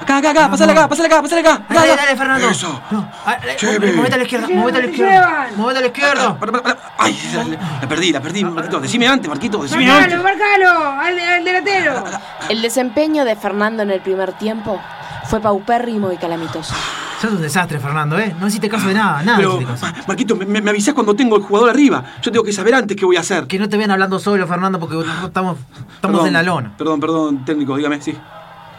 Speaker 7: Acá, acá, acá, pasale acá, pasale acá, pasale acá. acá,
Speaker 8: Dale,
Speaker 7: acá.
Speaker 8: dale, Fernando.
Speaker 7: Eso.
Speaker 8: No, ah, eh,
Speaker 7: Lleve.
Speaker 8: Movete a la izquierda, movete a la izquierda.
Speaker 11: Llevan.
Speaker 8: Movete a la izquierda.
Speaker 7: Pará, pará, pará. Ay, la, la- la perdí, la perdí, Marquitos. Decime antes, Marquitos, decime antes.
Speaker 11: Marcalo, marcalo, al, al delantero.
Speaker 1: El desempeño de Fernando en el primer tiempo fue paupérrimo y calamitoso.
Speaker 8: Sos un desastre, Fernando, ¿eh? No hiciste caso de nada,
Speaker 7: Ah,
Speaker 8: nada
Speaker 7: Pero,
Speaker 8: hiciste caso.
Speaker 7: Ma- Marquitos, me, me- me avisás cuando tengo el jugador arriba. Yo tengo que saber antes qué voy a hacer.
Speaker 8: Que no te vean hablando solo, Fernando, porque vos- vos estamos, estamos
Speaker 7: Perdón,
Speaker 8: en la lona.
Speaker 7: Perdón, perdón, técnico, dígame, sí.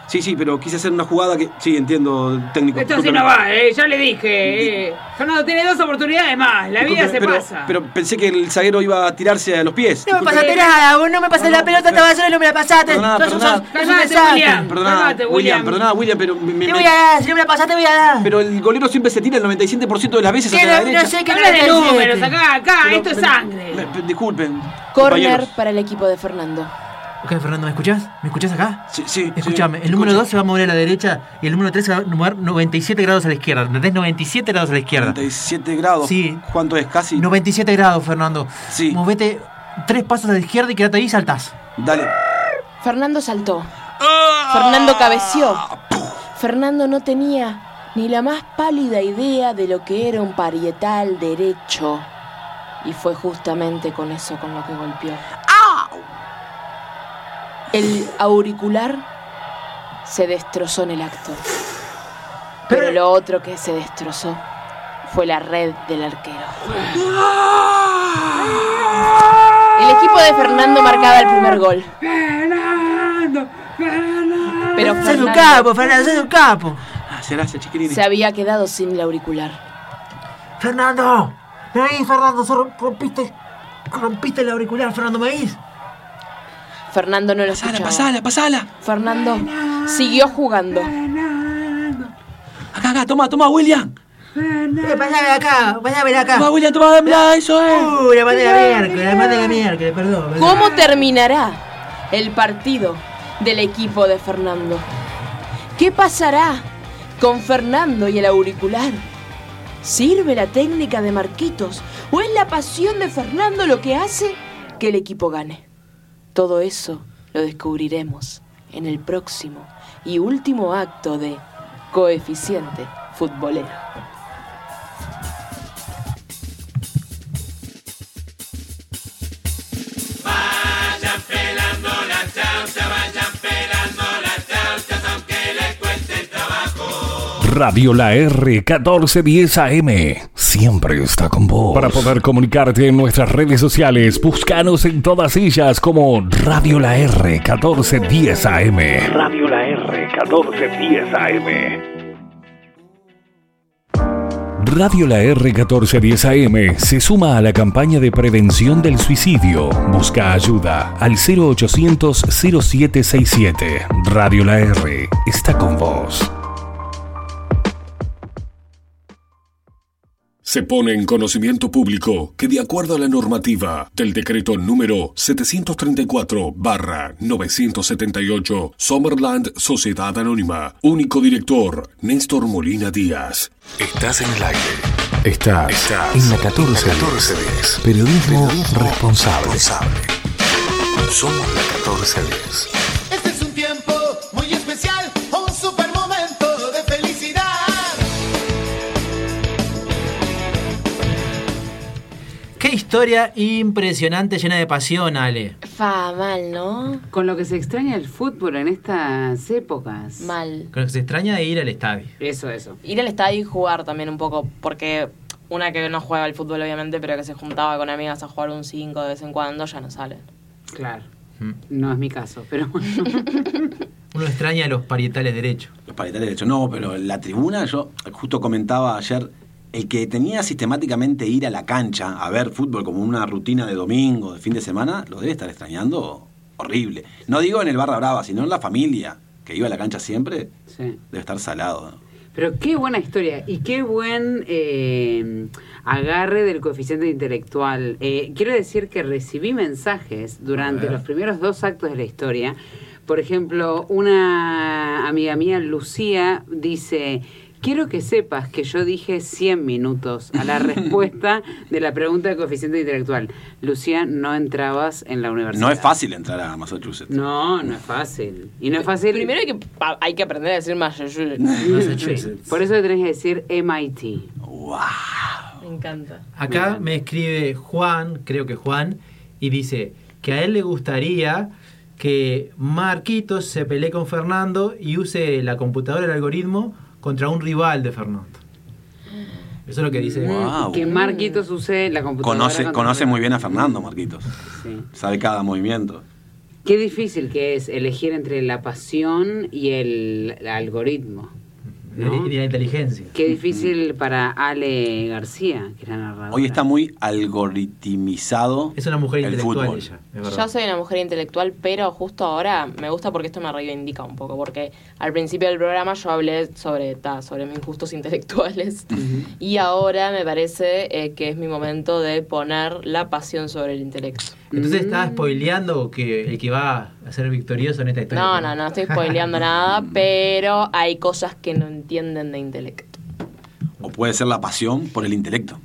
Speaker 4: Sí, sí, pero quise hacer una jugada que. Sí, entiendo, técnico.
Speaker 3: Esto sí
Speaker 4: discúlpeme.
Speaker 3: no va, eh, ya le dije. Eh. Fernando tiene dos oportunidades más, la vida
Speaker 4: Discúlpeme,
Speaker 3: se
Speaker 4: pero,
Speaker 3: pasa.
Speaker 4: Pero pensé que el zaguero iba a tirarse a los pies.
Speaker 8: No me
Speaker 4: Discúlpeme.
Speaker 8: pasaste nada, vos no me pasaste la pelota, estaba solo y no me la pasaste.
Speaker 4: Perdonada,
Speaker 8: Sos un-
Speaker 4: perdonada.
Speaker 8: sos- sos un
Speaker 3: Calmate,
Speaker 8: desastre.
Speaker 3: William.
Speaker 4: Perdona,
Speaker 3: Calmate,
Speaker 4: William,
Speaker 3: William.
Speaker 4: perdona, William, pero. me- me-
Speaker 8: Te voy a dar, si no me la pasaste, te voy a dar.
Speaker 4: Pero el golero siempre se tira el 97% de las veces hacia
Speaker 8: Quiero-
Speaker 4: la
Speaker 8: no
Speaker 4: derecha.
Speaker 8: sé qué
Speaker 3: Habla de
Speaker 8: 97.
Speaker 3: números, acá, acá,
Speaker 4: Pero-
Speaker 3: esto es
Speaker 4: pero-
Speaker 3: sangre.
Speaker 4: me- me- disculpen.
Speaker 1: Corner
Speaker 4: compañeros.
Speaker 1: para el equipo de Fernando.
Speaker 2: Ok, Fernando, ¿me escuchás? ¿Me escuchás acá?
Speaker 4: Sí, sí.
Speaker 2: Escuchame,
Speaker 4: sí,
Speaker 2: el número
Speaker 4: escucho.
Speaker 2: 2 se va a mover a la derecha y el número 3 se va a mover 97 grados a la izquierda. ¿Entendés? 97 grados a la izquierda.
Speaker 4: 37 grados.
Speaker 2: Sí.
Speaker 4: ¿Cuánto es? Casi.
Speaker 2: 97 grados, Fernando.
Speaker 4: Sí.
Speaker 2: Movete tres pasos a la izquierda y quédate ahí y saltás.
Speaker 4: Dale.
Speaker 1: Fernando saltó. Fernando cabeció. Fernando no tenía ni la más pálida idea de lo que era un parietal derecho. Y fue justamente con eso con lo que golpeó.
Speaker 11: Ah.
Speaker 1: El auricular se destrozó en el acto. Pero lo otro que se destrozó fue la red del arquero. El equipo de Fernando marcaba el primer gol.
Speaker 3: Fernando, Fernando.
Speaker 1: Pero
Speaker 8: Sos un
Speaker 1: Fernando
Speaker 8: capo, Fernando, sos un capo.
Speaker 4: Ah, gracias, chiquilines.
Speaker 1: se había quedado sin el auricular.
Speaker 2: ¡Fernando! ¡Me oís, Fernando! sos rom- rompiste, rompiste el auricular, Fernando, ¿me oís?
Speaker 1: Fernando no lo
Speaker 4: Pasala,
Speaker 1: escuchaba.
Speaker 4: pasala, pasala.
Speaker 1: Fernando siguió jugando.
Speaker 4: Acá, acá, toma, toma, William.
Speaker 8: Eh, pasame de acá, pasame de acá.
Speaker 4: Toma, William, toma, dámela, eso es.
Speaker 8: Uh, la mandé a la miércoles, la mandé a la miércoles, perdón. perdón.
Speaker 1: ¿Cómo terminará el partido del equipo de Fernando? ¿Qué pasará con Fernando y el auricular? ¿Sirve la técnica de Marquitos o es la pasión de Fernando lo que hace que el equipo gane? Todo eso lo descubriremos en el próximo y último acto de Coeficiente Futbolero.
Speaker 5: Radio La R 1410 AM siempre está con vos. Para poder comunicarte en nuestras redes sociales, búscanos en todas ellas como Radio La R 1410 AM. Radio La R 1410 AM. Radio La R 1410 AM se suma a la campaña de prevención del suicidio. Busca ayuda al 0800 0767. Radio La R está con vos.
Speaker 6: Se pone en conocimiento público que de acuerdo a la normativa del decreto número 734-978, Summerland Sociedad Anónima, único director, Néstor Molina Díaz.
Speaker 9: Estás en el aire. Estás, en la 1410. Periodismo, responsable. Somos la 1410.
Speaker 10: Este es un tiempo muy especial, un super momento de felicidad.
Speaker 2: Qué historia impresionante, llena de pasión, Ale.
Speaker 1: Fa, mal, ¿no?
Speaker 3: Con lo que se extraña el fútbol en estas épocas.
Speaker 1: Mal.
Speaker 2: Creo que se extraña de ir al estadio.
Speaker 3: Eso, eso.
Speaker 1: ir al estadio y jugar también un poco, porque una que no juega al fútbol obviamente, pero que se juntaba con amigas a jugar un 5 de vez en cuando, ya no salen.
Speaker 3: Claro. No es mi caso, pero bueno.
Speaker 2: Uno extraña los parietales derechos.
Speaker 4: Los parietales derechos. No, pero la tribuna, yo justo comentaba ayer, el que tenía sistemáticamente ir a la cancha a ver fútbol como una rutina de domingo, de fin de semana, lo debe estar extrañando horrible. No digo en el Barra Brava, sino en la familia, que iba a la cancha siempre,
Speaker 3: Sí.
Speaker 4: debe estar salado.
Speaker 3: Pero qué buena historia y qué buen eh, agarre del coeficiente intelectual. Eh, quiero decir que recibí mensajes durante los primeros dos actos de la historia. Por ejemplo, una amiga mía, Lucía, dice, quiero que sepas que yo dije 100 minutos a la respuesta de la pregunta de coeficiente intelectual. Lucía, no entrabas en la universidad.
Speaker 4: No es fácil entrar a Massachusetts.
Speaker 3: No, no es fácil. Y no es fácil...
Speaker 1: Primero hay que, pa- hay que aprender a decir Massachusetts.
Speaker 3: Sí. Por eso le tenés que decir MIT.
Speaker 1: Me encanta.
Speaker 2: Acá me escribe Juan, creo que Juan, y dice que a él le gustaría que Marquitos se pelee con Fernando y use la computadora del algoritmo contra un rival de Fernando. Eso es lo que dice.
Speaker 4: Guau.
Speaker 3: Mm, Que Marquitos use la computadora.
Speaker 4: Conoce,
Speaker 3: contra-
Speaker 4: conoce muy bien a Fernando, Marquitos.
Speaker 3: Sí.
Speaker 4: Sabe cada movimiento.
Speaker 3: Qué difícil que es elegir entre la pasión y el algoritmo. ¿no?
Speaker 2: Y la inteligencia.
Speaker 3: Qué difícil para Ale García, que era narradora.
Speaker 4: Hoy está muy algoritmizado.
Speaker 2: Es una mujer
Speaker 4: el
Speaker 2: intelectual
Speaker 4: fútbol.
Speaker 2: ella.
Speaker 1: Yo soy una mujer intelectual, pero justo ahora me gusta porque esto me reivindica un poco, porque al principio del programa yo hablé sobre, ta, sobre mis gustos intelectuales y ahora me parece eh, que es mi momento de poner la pasión sobre el intelecto. Mm.
Speaker 2: Entonces estaba spoileando que el que va a ser victorioso en esta historia.
Speaker 1: No, no, no estoy spoileando nada, pero hay cosas que no entienden de intelecto.
Speaker 4: O puede ser la pasión por el intelecto.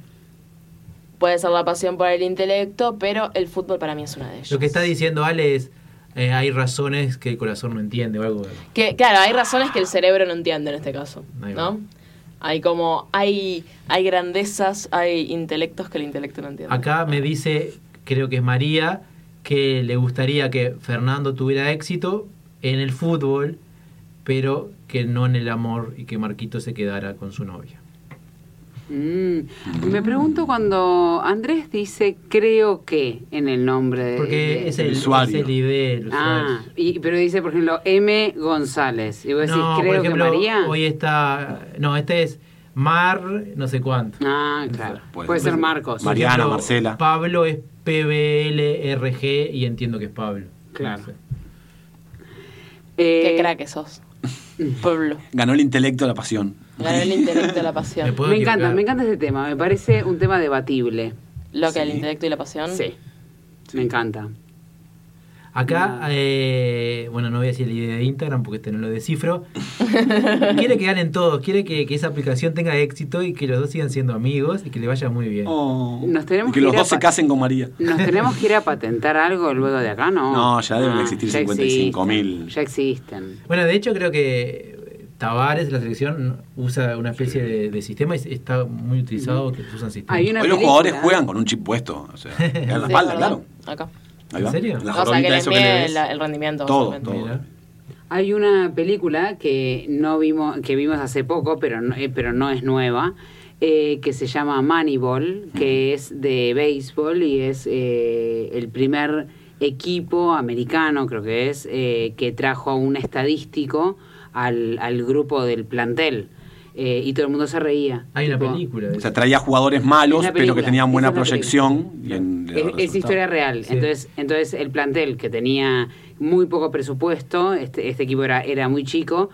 Speaker 1: Puede ser la pasión por el intelecto, pero el fútbol para mí es una de ellas.
Speaker 2: Lo que está diciendo Ale es, eh, hay razones que el corazón no entiende o algo. de-
Speaker 1: Que, claro, hay razones que el cerebro no entiende en este caso,
Speaker 2: Ahí va.
Speaker 1: ¿no? Hay como, hay, hay grandezas, hay intelectos que el intelecto no entiende.
Speaker 2: Acá me dice, creo que es María, que le gustaría que Fernando tuviera éxito en el fútbol, pero que no en el amor y que Marquito se quedara con su novia.
Speaker 3: Mm, Me pregunto cuando Andrés dice creo que en el nombre de- de-
Speaker 2: Porque es el,
Speaker 4: usuario.
Speaker 2: es el ID, el
Speaker 3: Ah,
Speaker 2: usuario.
Speaker 3: y, pero dice, por ejemplo, M. González. Y vos decís,
Speaker 2: No,
Speaker 3: creo
Speaker 2: por ejemplo,
Speaker 3: que María.
Speaker 2: hoy está... No, este es Mar, no sé cuánto.
Speaker 3: Ah, claro. Puede, ser Marcos.
Speaker 4: Mariana,
Speaker 2: Por
Speaker 4: Marcela.
Speaker 2: Pablo es PBLRG y entiendo que es Pablo.
Speaker 3: Claro.
Speaker 2: No sé.
Speaker 1: Qué
Speaker 3: Eh,
Speaker 1: crack que sos. Pueblo.
Speaker 4: Ganó el intelecto a la pasión.
Speaker 1: Ganó el intelecto y la
Speaker 2: Me
Speaker 1: pasión.
Speaker 2: puedo
Speaker 3: me encanta,
Speaker 2: equivocar.
Speaker 3: me encanta este tema. Me parece un tema debatible.
Speaker 1: Lo que el intelecto y la pasión.
Speaker 3: Sí. Me encanta.
Speaker 2: Acá, eh, bueno, no voy a decir el ID de Instagram porque este no lo descifro. quiere que ganen todos, quiere que, que esa aplicación tenga éxito y que los dos sigan siendo amigos y que le vaya muy bien.
Speaker 4: Oh.
Speaker 3: Nos tenemos
Speaker 4: Y que
Speaker 3: que
Speaker 4: los
Speaker 3: ir a
Speaker 4: dos se
Speaker 3: pa-
Speaker 4: casen con María.
Speaker 3: ¿Nos tenemos que ir a patentar algo luego de acá, no?
Speaker 4: No, ya deben
Speaker 3: Ah,
Speaker 4: existir
Speaker 3: ya
Speaker 4: 55.000.
Speaker 3: existen, Ya existen.
Speaker 2: Bueno, de hecho creo que eh, Tavares, la selección, usa una especie de, de sistema y está muy utilizado que usan sistemas.
Speaker 3: Hay una
Speaker 4: Hoy los
Speaker 3: película-
Speaker 4: jugadores juegan con un chip puesto. O sea, en la espalda,
Speaker 1: Sí, es verdad.
Speaker 4: claro.
Speaker 1: Acá.
Speaker 4: Ahí va.
Speaker 2: ¿En serio?
Speaker 4: La
Speaker 1: o sea, que
Speaker 4: jorobita,
Speaker 1: les
Speaker 4: eso que le
Speaker 1: mide
Speaker 4: ves.
Speaker 1: el, el rendimiento.
Speaker 4: Todo,
Speaker 1: básicamente.
Speaker 4: todo.
Speaker 2: Mira.
Speaker 3: Hay una película que no vimos, que vimos hace poco, pero no, eh, pero no es nueva, eh, que se llama Moneyball, que es de béisbol y es eh, el primer equipo americano, creo que es, eh, que trajo a un estadístico al, al grupo del plantel. Eh, y todo el mundo se reía.
Speaker 2: Hay una
Speaker 3: Tipo,
Speaker 2: película. de
Speaker 4: O
Speaker 2: eso.
Speaker 4: sea, traía jugadores malos,
Speaker 3: Es la
Speaker 4: pero que
Speaker 3: película,
Speaker 4: tenían buena
Speaker 3: esa es la
Speaker 4: proyección. Y en,
Speaker 3: Es, es historia real.
Speaker 2: Sí.
Speaker 3: Entonces, entonces el plantel que tenía muy poco presupuesto, este, este equipo era, era muy chico,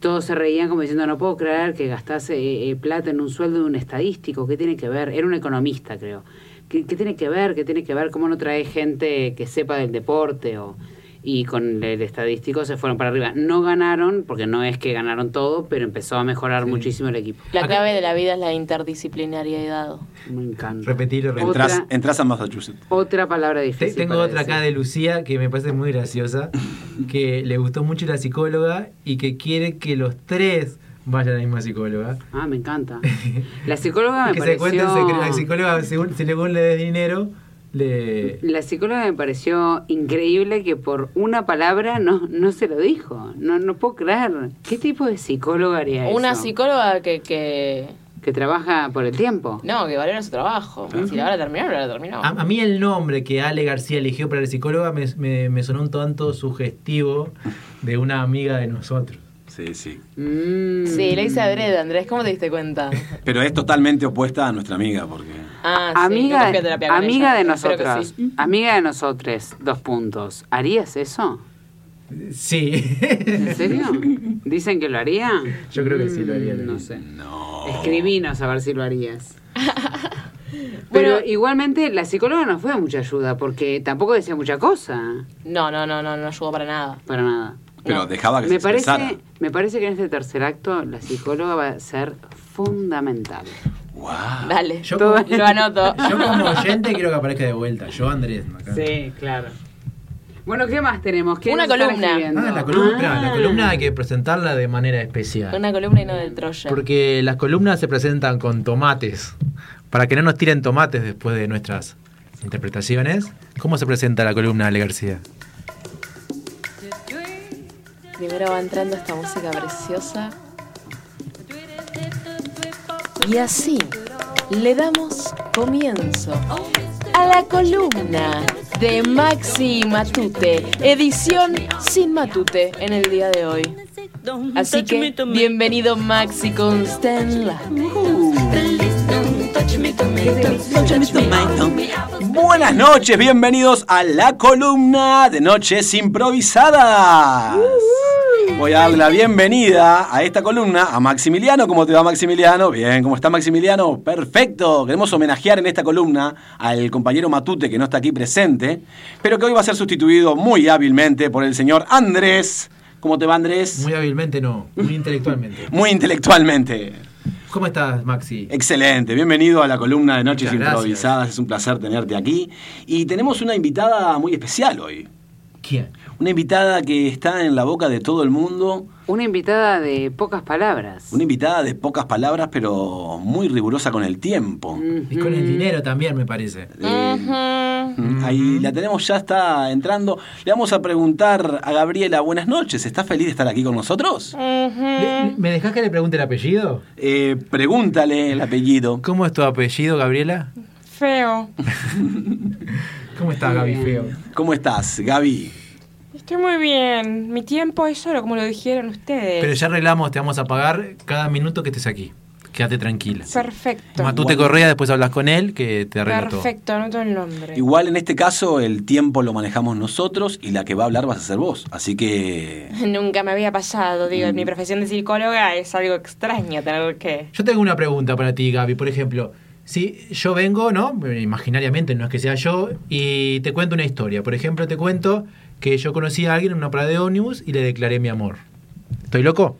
Speaker 3: todos se reían como diciendo, no puedo creer que gastase eh, eh, plata en un sueldo de un estadístico, ¿qué tiene que ver? Era un economista, creo. ¿Qué, qué tiene que ver? ¿Qué tiene que ver? ¿Cómo no trae gente que sepa del deporte? O, y con el estadístico se fueron para arriba. No ganaron, porque no es que ganaron todo, pero empezó a mejorar muchísimo el equipo.
Speaker 1: La
Speaker 2: Acá-
Speaker 1: clave de la vida es la interdisciplinariedad.
Speaker 3: Me encanta.
Speaker 2: Repetilo, repetilo.
Speaker 4: Entras,
Speaker 3: otra-
Speaker 4: a Massachusetts.
Speaker 3: Otra palabra
Speaker 2: Te-
Speaker 3: difícil.
Speaker 2: tengo
Speaker 3: para
Speaker 2: otra acá
Speaker 3: decir.
Speaker 2: de Lucía que me parece muy graciosa, que le gustó mucho la psicóloga y que quiere que los tres vayan a la misma psicóloga.
Speaker 3: Ah, me encanta. La psicóloga Ah, me
Speaker 2: que se cuenten
Speaker 3: pareció.
Speaker 2: secretos. La psicóloga, según, según le des dinero, le...
Speaker 3: La psicóloga me pareció increíble que por una palabra no, no se lo dijo. No, no puedo creer. ¿Qué tipo de psicóloga haría eso?
Speaker 1: Una psicóloga que, que
Speaker 3: Que trabaja por el tiempo.
Speaker 1: no, que valora su trabajo. Si la van a terminar, la terminó.
Speaker 2: A,
Speaker 3: Ah.
Speaker 2: a mí el nombre que Ale García eligió para la psicóloga me, me- me sonó un tanto sugestivo de una amiga de nosotros.
Speaker 4: Sí, sí.
Speaker 3: Mm.
Speaker 1: Sí, la hice adrede, Andrés. ¿Cómo te diste cuenta?
Speaker 4: Pero es totalmente opuesta a nuestra amiga, porque.
Speaker 1: Ah, sí, capaz
Speaker 3: Amiga,
Speaker 1: fui a terapia con
Speaker 3: amiga
Speaker 1: ella.
Speaker 3: de
Speaker 1: Espero que
Speaker 3: nosotros.
Speaker 1: sí.
Speaker 3: Amiga de nosotros. Dos puntos. ¿Harías eso?
Speaker 2: Sí.
Speaker 3: ¿En serio? ¿Dicen que lo haría?
Speaker 2: Yo creo que sí lo haría,
Speaker 3: Mm,
Speaker 2: lo
Speaker 3: No
Speaker 2: haría.
Speaker 3: sé. Escribinos a ver si lo harías. Pero
Speaker 1: Bueno.
Speaker 3: igualmente la psicóloga no fue de mucha ayuda porque tampoco decía mucha cosa.
Speaker 1: No, no, no, no, no ayudó para nada.
Speaker 3: Para nada.
Speaker 4: Pero dejaba que
Speaker 3: Me
Speaker 4: se
Speaker 3: parece,
Speaker 4: expresara.
Speaker 3: me parece que en este tercer acto la psicóloga va a ser fundamental.
Speaker 4: ¡Wow!
Speaker 1: Dale,
Speaker 2: Yo
Speaker 1: Todo-
Speaker 2: como-
Speaker 1: lo anoto.
Speaker 2: Yo como oyente quiero que aparezca de vuelta. Yo Andrés. acá.
Speaker 3: Sí, claro. Bueno, ¿qué más tenemos? ¿Qué
Speaker 1: Una
Speaker 3: nos están
Speaker 1: columna.
Speaker 3: escribiendo?
Speaker 2: Ah, la columna, claro, la
Speaker 3: Ah.
Speaker 2: columna hay que presentarla de manera especial.
Speaker 1: Una columna y no del Troya.
Speaker 2: Porque las columnas se presentan con tomates. Para que no nos tiren tomates después de nuestras interpretaciones. ¿Cómo se presenta la columna, Ale García?
Speaker 1: Primero va entrando esta música preciosa. Y así le damos comienzo a la columna de Maxi Matute, edición sin Matute en el día de hoy. Así que bienvenido Maxi Constanla.
Speaker 4: Buenas noches, bienvenidos a la columna de Noches Improvisadas. Voy a darle la bienvenida a esta columna a Maximiliano. ¿Cómo te va Maximiliano? Bien, ¿cómo está Maximiliano? Perfecto. Queremos homenajear en esta columna al compañero Matute que no está aquí presente, pero que hoy va a ser sustituido muy hábilmente por el señor Andrés. ¿Cómo te va Andrés?
Speaker 2: Muy hábilmente no, muy intelectualmente.
Speaker 4: Muy intelectualmente.
Speaker 2: ¿Cómo estás, Maxi?
Speaker 4: Excelente, bienvenido a la columna de Noches
Speaker 2: Muchas gracias.
Speaker 4: Improvisadas, es un placer tenerte aquí. Y tenemos una invitada muy especial hoy.
Speaker 2: ¿Quién?
Speaker 4: Una invitada que está en la boca de todo el mundo,
Speaker 3: Una invitada de pocas palabras.
Speaker 4: una invitada de pocas palabras pero muy rigurosa con el tiempo. Eh,
Speaker 2: Y con el dinero también, me parece.
Speaker 4: Ahí la tenemos, ya está entrando. Le vamos a preguntar a Gabriela, buenas noches, ¿estás feliz de estar aquí con nosotros?
Speaker 2: ¿Le- ¿Me dejás que le pregunte el apellido?
Speaker 4: Eh, pregúntale el apellido.
Speaker 2: ¿Cómo es tu apellido, Gabriela?
Speaker 11: Feo.
Speaker 2: ¿Cómo estás, Gaby Feo?
Speaker 4: ¿Cómo estás, Gaby?
Speaker 11: Estoy muy bien. Mi tiempo es oro, como lo dijeron ustedes.
Speaker 2: Pero ya arreglamos, te vamos a pagar cada minuto que estés aquí. Quédate tranquila.
Speaker 11: Perfecto.
Speaker 2: Matute Correa, después hablas con él, que te arregla todo.
Speaker 11: Perfecto, anoto el nombre.
Speaker 4: Igual en este caso el tiempo lo manejamos nosotros y la que va a hablar vas a ser vos. Así que
Speaker 11: Nunca me había pasado, digo,
Speaker 2: Mm.
Speaker 11: en mi profesión de psicóloga es algo extraño tener que...
Speaker 2: Yo tengo una pregunta para ti, Gaby. Por ejemplo, si yo vengo, ¿no? Imaginariamente, no es que sea yo, y te cuento una historia. Por ejemplo, te cuento que yo conocí a alguien en una parada de ómnibus y le declaré mi amor. ¿Estoy loco?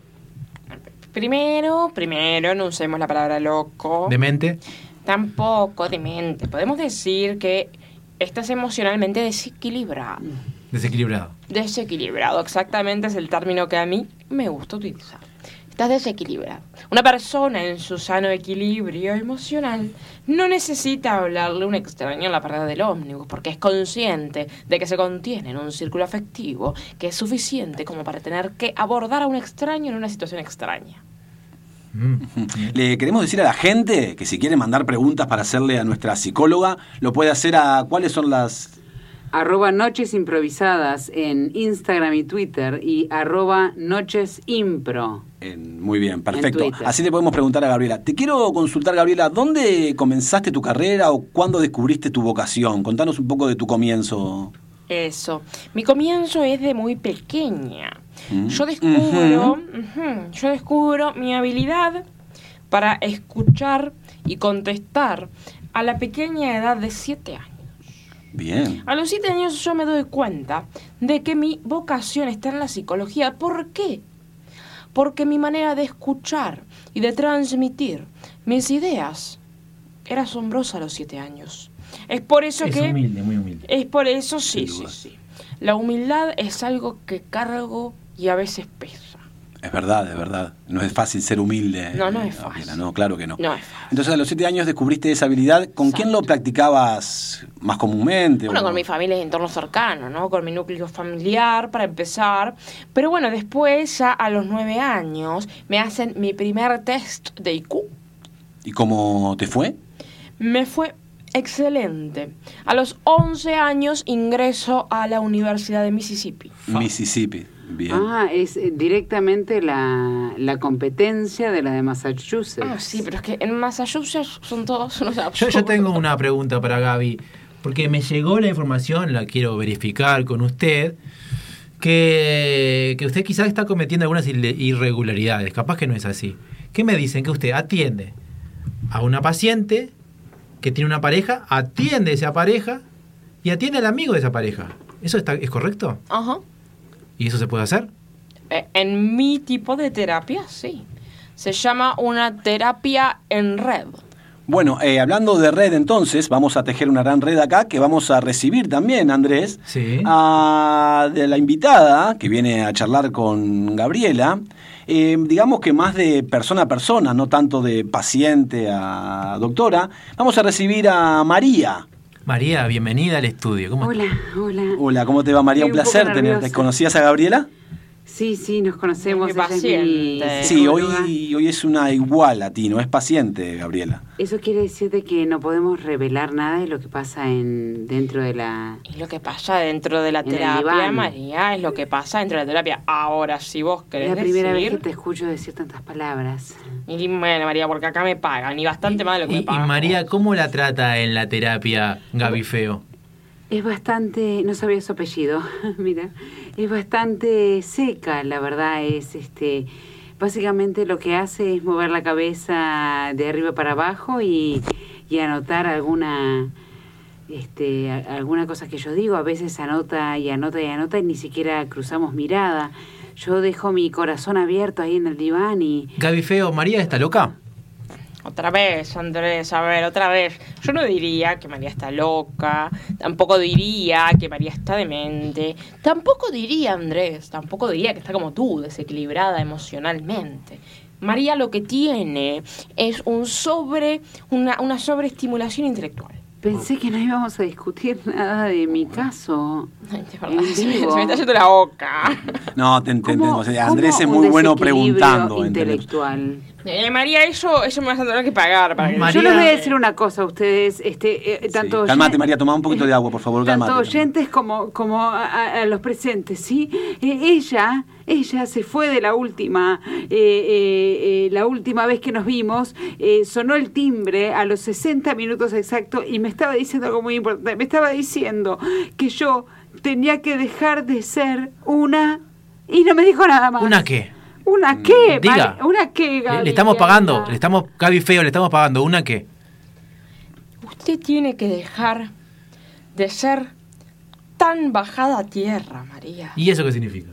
Speaker 11: Primero, primero, no usemos la palabra loco.
Speaker 2: ¿Demente?
Speaker 11: Tampoco demente. Podemos decir que estás emocionalmente desequilibrado.
Speaker 2: Mm. Desequilibrado.
Speaker 11: Desequilibrado, exactamente es el término que a mí me gusta utilizar. Estás desequilibrado. Una persona en su sano equilibrio emocional no necesita hablarle a un extraño en la parada del ómnibus porque es consciente de que se contiene en un círculo afectivo que es suficiente como para tener que abordar a un extraño en una situación extraña.
Speaker 4: le queremos decir a la gente que si quieren mandar preguntas para hacerle a nuestra psicóloga, lo puede hacer a cuáles son las...
Speaker 3: Arroba Noches Improvisadas en Instagram y Twitter y arroba Noches Impro.
Speaker 4: en- Muy bien, perfecto.
Speaker 3: Twitter.
Speaker 4: Así le podemos preguntar a Gabriela. Te quiero consultar, Gabriela, ¿dónde comenzaste tu carrera o cuándo descubriste tu vocación? Contanos un poco de tu comienzo.
Speaker 11: Eso. Mi comienzo es de muy pequeña.
Speaker 4: Mm.
Speaker 11: Yo descubro,
Speaker 4: Ujú.
Speaker 11: ujú, yo descubro mi habilidad para escuchar y contestar a la pequeña edad de 7 años.
Speaker 4: Bien.
Speaker 11: A los 7 años yo me doy cuenta de que mi vocación está en la psicología. ¿Por qué? Porque mi manera de escuchar y de transmitir mis ideas era asombrosa a los 7 años. Es por eso
Speaker 2: Es
Speaker 11: que...
Speaker 2: humilde, muy humilde.
Speaker 11: Es por eso, sí, sí, sí. La humildad es algo que cargo y a veces pesa.
Speaker 4: Es verdad, es verdad. No es fácil ser humilde.
Speaker 11: No, no es
Speaker 4: eh, Gabriela, No, claro que no.
Speaker 11: No es fácil.
Speaker 4: Entonces a los siete años descubriste esa habilidad. ¿Con quién lo practicabas más comúnmente?
Speaker 11: Bueno,
Speaker 4: o-
Speaker 11: con mi familia y entorno cercano, ¿no? Con mi núcleo familiar, para empezar. Pero bueno, después, ya a los nueve años, me hacen mi primer test de IQ.
Speaker 4: ¿Y cómo te fue?
Speaker 11: Me fue excelente. A los 11 años ingreso a la Universidad de Mississippi.
Speaker 4: Mississippi. Bien.
Speaker 3: Ah, es eh, directamente la, la competencia de la de Massachusetts.
Speaker 11: Ah, sí, pero es que en Massachusetts son todos unos
Speaker 2: Yo, yo tengo una pregunta para Gaby, porque me llegó la información, la quiero verificar con usted, que, que usted quizás está cometiendo algunas irle- irregularidades, capaz que no es así. ¿Qué me dicen? Que usted atiende a una paciente que tiene una pareja, atiende a esa pareja y atiende al amigo de esa pareja. ¿Eso está, es correcto?
Speaker 11: Ajá.
Speaker 2: ¿Y eso se puede hacer?
Speaker 11: Eh, En mi tipo de terapia, sí. Se llama una terapia en red.
Speaker 4: Bueno, eh, hablando de red entonces, vamos a tejer una gran red acá que vamos a recibir también, Andrés, a, de la invitada que viene a charlar con Gabriela. Eh, digamos que más de persona a persona, no tanto de paciente a doctora. Vamos a recibir a María.
Speaker 2: María, bienvenida al estudio. ¿Cómo
Speaker 3: Hola, hola.
Speaker 4: Hola, ¿cómo te va María?
Speaker 3: Estoy
Speaker 4: Un
Speaker 3: un poco
Speaker 4: placer tenerte.
Speaker 3: nerviosa.
Speaker 4: ¿Conocías a Gabriela?
Speaker 3: Sí, sí, nos conocemos.
Speaker 11: Qué
Speaker 3: ella es mi Eh,
Speaker 11: paciente.
Speaker 4: Sí,
Speaker 3: psicóloga.
Speaker 4: hoy, hoy es una igual a ti, no es paciente, Gabriela.
Speaker 3: Eso quiere decir de que no podemos revelar nada de lo que pasa en dentro de la...
Speaker 11: Y lo que pasa dentro de la
Speaker 3: En el
Speaker 11: terapia,
Speaker 3: diván.
Speaker 11: María, es lo que pasa dentro de la terapia. Ahora, si vos
Speaker 3: Es
Speaker 11: querés
Speaker 3: la primera
Speaker 11: decir-
Speaker 3: vez que te escucho decir tantas palabras.
Speaker 11: Y bueno, María, porque acá me pagan, y bastante más de lo que
Speaker 2: Y,
Speaker 11: me
Speaker 2: y
Speaker 11: pagan.
Speaker 2: María, ¿cómo la trata en la terapia Gaby Feo?
Speaker 3: Es bastante, no sabía su apellido, mira, es bastante seca, la verdad es este básicamente lo que hace es mover la cabeza de arriba para abajo y, y anotar alguna este a- alguna cosa que yo digo, a veces anota y anota y anota y ni siquiera cruzamos mirada. Yo dejo mi corazón abierto ahí en el diván y
Speaker 2: Gaby Feo, María está loca.
Speaker 11: Otra vez, Andrés, a ver, otra vez. Yo no diría que María está loca, tampoco diría que María está demente, tampoco diría, Andrés, tampoco diría que está como tú, desequilibrada emocionalmente. María lo que tiene es un sobre, una, una sobreestimulación intelectual.
Speaker 3: pensé que no íbamos a discutir nada de mi caso.
Speaker 11: verdad,
Speaker 4: Mm.
Speaker 3: en
Speaker 11: se me-
Speaker 3: vivo.
Speaker 11: se me está yendo la boca.
Speaker 4: No, te entendemos. Eh,
Speaker 3: ¿Cómo-
Speaker 4: Andrés
Speaker 3: cómo
Speaker 4: es
Speaker 3: un
Speaker 4: muy bueno
Speaker 3: desequilibrio
Speaker 4: preguntando. ¿entendés?
Speaker 3: intelectual.
Speaker 11: Eh, María, eso, eso me vas a tener que pagar para que
Speaker 3: Yo les voy a decir una cosa a ustedes, este, eh,
Speaker 4: eh, Sí,
Speaker 3: tanto,
Speaker 4: Calmate,
Speaker 3: oyen-
Speaker 4: María, toma un poquito de agua, por favor,
Speaker 3: tanto
Speaker 4: calmate.
Speaker 3: oyentes como, como a, a- a los presentes, ¿sí? Eh, ella, ella se fue de la última, eh, eh, eh, la última vez que nos vimos, eh, sonó el timbre a los 60 minutos exactos y me estaba diciendo algo muy importante, me estaba diciendo que yo tenía que dejar de ser una... Y no me dijo nada más.
Speaker 2: ¿Una qué?
Speaker 3: ¿Una qué?
Speaker 2: Diga.
Speaker 3: Mari- ¿Una qué,
Speaker 2: Le,
Speaker 3: Gaby?
Speaker 2: le estamos pagando, le estamos, Gaby Feo, le estamos pagando. ¿Una qué?
Speaker 11: Usted tiene que dejar de ser tan bajada a tierra, María.
Speaker 2: ¿Y eso qué significa?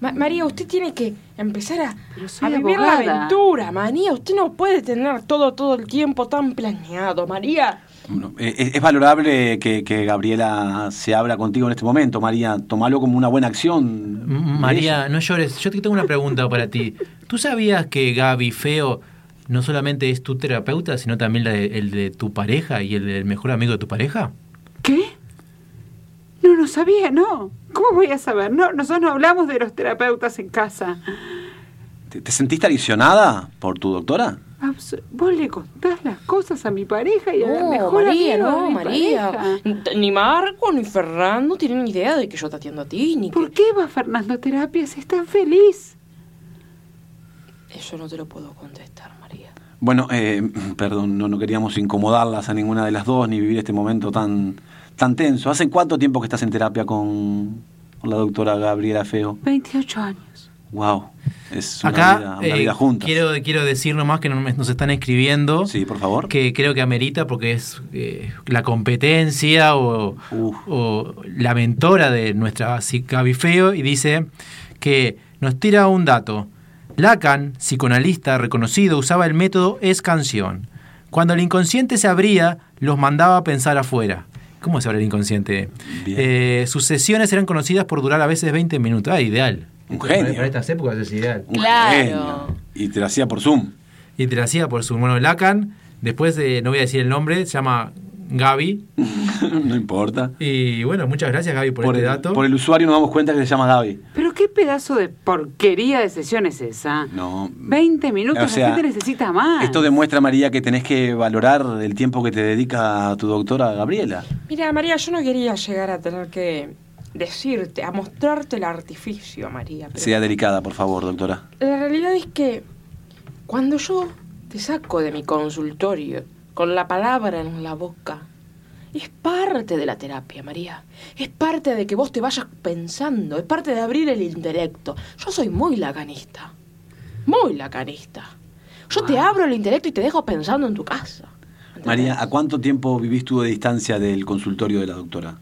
Speaker 11: Ma- María, usted tiene que empezar a,
Speaker 3: soy
Speaker 11: a vivir la
Speaker 3: abogada.
Speaker 11: aventura, María. Usted no puede tener todo todo el tiempo tan planeado, María.
Speaker 4: No, eh, Es, es valorable que, que Gabriela se abra contigo en este momento, María. Tomalo como una buena acción.
Speaker 2: M- María, no llores. Yo te tengo una pregunta para ti. ¿Tú sabías que Gaby Feo no solamente es tu terapeuta, sino también la de- el de tu pareja y el del mejor amigo de tu pareja?
Speaker 3: ¿Qué? No, no sabía, no. ¿Cómo voy a saber? No, nosotros no hablamos de los terapeutas en casa.
Speaker 4: ¿Te, te sentiste adicionada por tu doctora?
Speaker 3: Abs- Vos le contás las cosas a mi pareja y a la
Speaker 11: No,
Speaker 3: mejor
Speaker 11: Oh, María,
Speaker 3: amigo de
Speaker 11: no,
Speaker 3: mi
Speaker 11: María.
Speaker 3: pareja.
Speaker 11: N- Ni Marco ni Fernando tienen idea de que yo te atiendo a ti, ni
Speaker 3: ¿Por qué va Fernando a terapia si es tan feliz?
Speaker 11: Eso no te lo puedo contestar, María.
Speaker 4: Bueno, eh, perdón, no, no queríamos incomodarlas a ninguna de las dos ni vivir este momento tan, tan tenso. ¿Hace cuánto tiempo que estás en terapia con, con la doctora Gabriela Feo?
Speaker 3: 28 años.
Speaker 4: Wow, es una vida,
Speaker 2: Acá
Speaker 4: una vida
Speaker 2: eh,
Speaker 4: juntas.
Speaker 2: quiero, quiero decir nomás que no me- nos están escribiendo.
Speaker 4: Sí, por favor.
Speaker 2: Que creo que amerita porque es eh, la competencia o, o la mentora de nuestra psi- Gaby Feo y dice que nos tira un dato. Lacan, psicoanalista reconocido, usaba el método es canción. Cuando el inconsciente se abría, los mandaba a pensar afuera. ¿Cómo se abre el inconsciente? Eh, sus sesiones eran conocidas por durar a veces 20 minutos. Ah, ideal.
Speaker 4: Un genio.
Speaker 2: Para estas épocas es ideal.
Speaker 4: Un genio. Y te lo hacía por Zoom.
Speaker 2: Y te la hacía por su hermano Lacan. Después, eh, no voy a decir el nombre, se llama Gaby.
Speaker 4: no importa.
Speaker 2: Y bueno, muchas gracias Gaby por, este
Speaker 4: el,
Speaker 2: dato.
Speaker 4: por el usuario nos damos cuenta que se llama Gaby.
Speaker 3: Pero qué pedazo de porquería de sesión es esa.
Speaker 4: No,
Speaker 3: 20 minutos,
Speaker 4: O sea,
Speaker 3: la gente necesita más.
Speaker 4: Esto demuestra, María, que tenés que valorar el tiempo que te dedica tu doctora Gabriela.
Speaker 11: Mira, María, yo no quería llegar a tener que decirte, a mostrarte el artificio, María. pero-
Speaker 4: Sea delicada, por favor, doctora.
Speaker 11: La realidad es que cuando yo te saco de mi consultorio con la palabra en la boca, es parte de la terapia, María. Es parte de que vos te vayas pensando, es parte de abrir el intelecto. Yo soy muy lacanista. Muy lacanista. Yo te abro el intelecto y te dejo pensando en tu casa.
Speaker 4: María, ¿a cuánto tiempo vivís tú de distancia del consultorio de la doctora?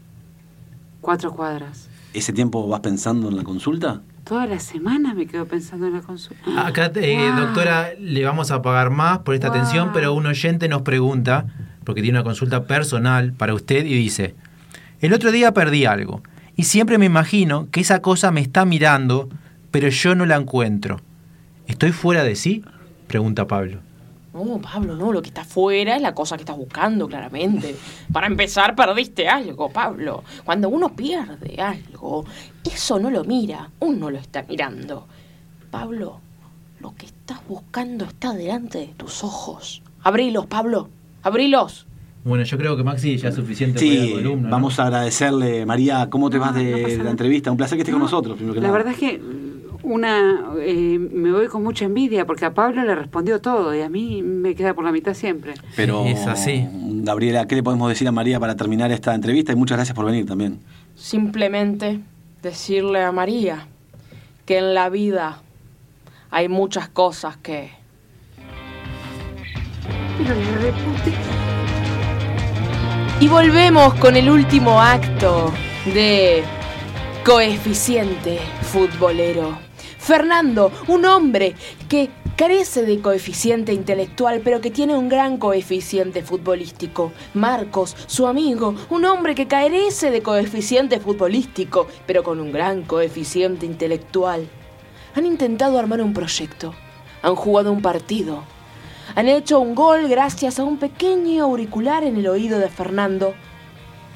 Speaker 3: Cuatro cuadras.
Speaker 4: ¿Ese tiempo vas pensando en la consulta?
Speaker 3: Toda la semana me quedo pensando en la consulta.
Speaker 2: Acá, eh,
Speaker 3: Wow.
Speaker 2: doctora, le vamos a pagar más por esta atención, pero un oyente nos pregunta, porque tiene una consulta personal para usted, y dice, el otro día perdí algo, y siempre me imagino que esa cosa me está mirando, pero yo no la encuentro. ¿Estoy fuera de sí? Pregunta Pablo.
Speaker 1: No, Pablo, no, lo que está afuera es la cosa que estás buscando, claramente. Para empezar, perdiste algo, Pablo. Cuando uno pierde algo, eso no lo mira, uno lo está mirando. Pablo, lo que estás buscando está delante de tus ojos. Abrilos, Pablo, abrilos.
Speaker 2: Bueno, yo creo que Maxi ya es suficiente para
Speaker 7: Sí,
Speaker 2: la columna. ¿no?
Speaker 7: vamos a agradecerle, María, ¿cómo te vas de, de la entrevista? Un placer que estés con nosotros, primero que
Speaker 3: La
Speaker 7: nada.
Speaker 3: verdad es que mm, una eh, me voy con mucha envidia porque a Pablo le respondió todo y a mí me queda por la mitad siempre.
Speaker 7: Pero,
Speaker 2: Sí, es así.
Speaker 7: Gabriela, ¿qué le podemos decir a María para terminar esta entrevista? Y muchas gracias por venir también.
Speaker 1: Simplemente decirle a María que en la vida hay muchas cosas que... Y volvemos con el último acto de coeficiente futbolero. Fernando, un hombre que carece de coeficiente intelectual, pero que tiene un gran coeficiente futbolístico. Marcos, su amigo, un hombre que carece de coeficiente futbolístico, pero con un gran coeficiente intelectual. Han intentado armar un proyecto, han jugado un partido, han hecho un gol gracias a un pequeño auricular en el oído de Fernando,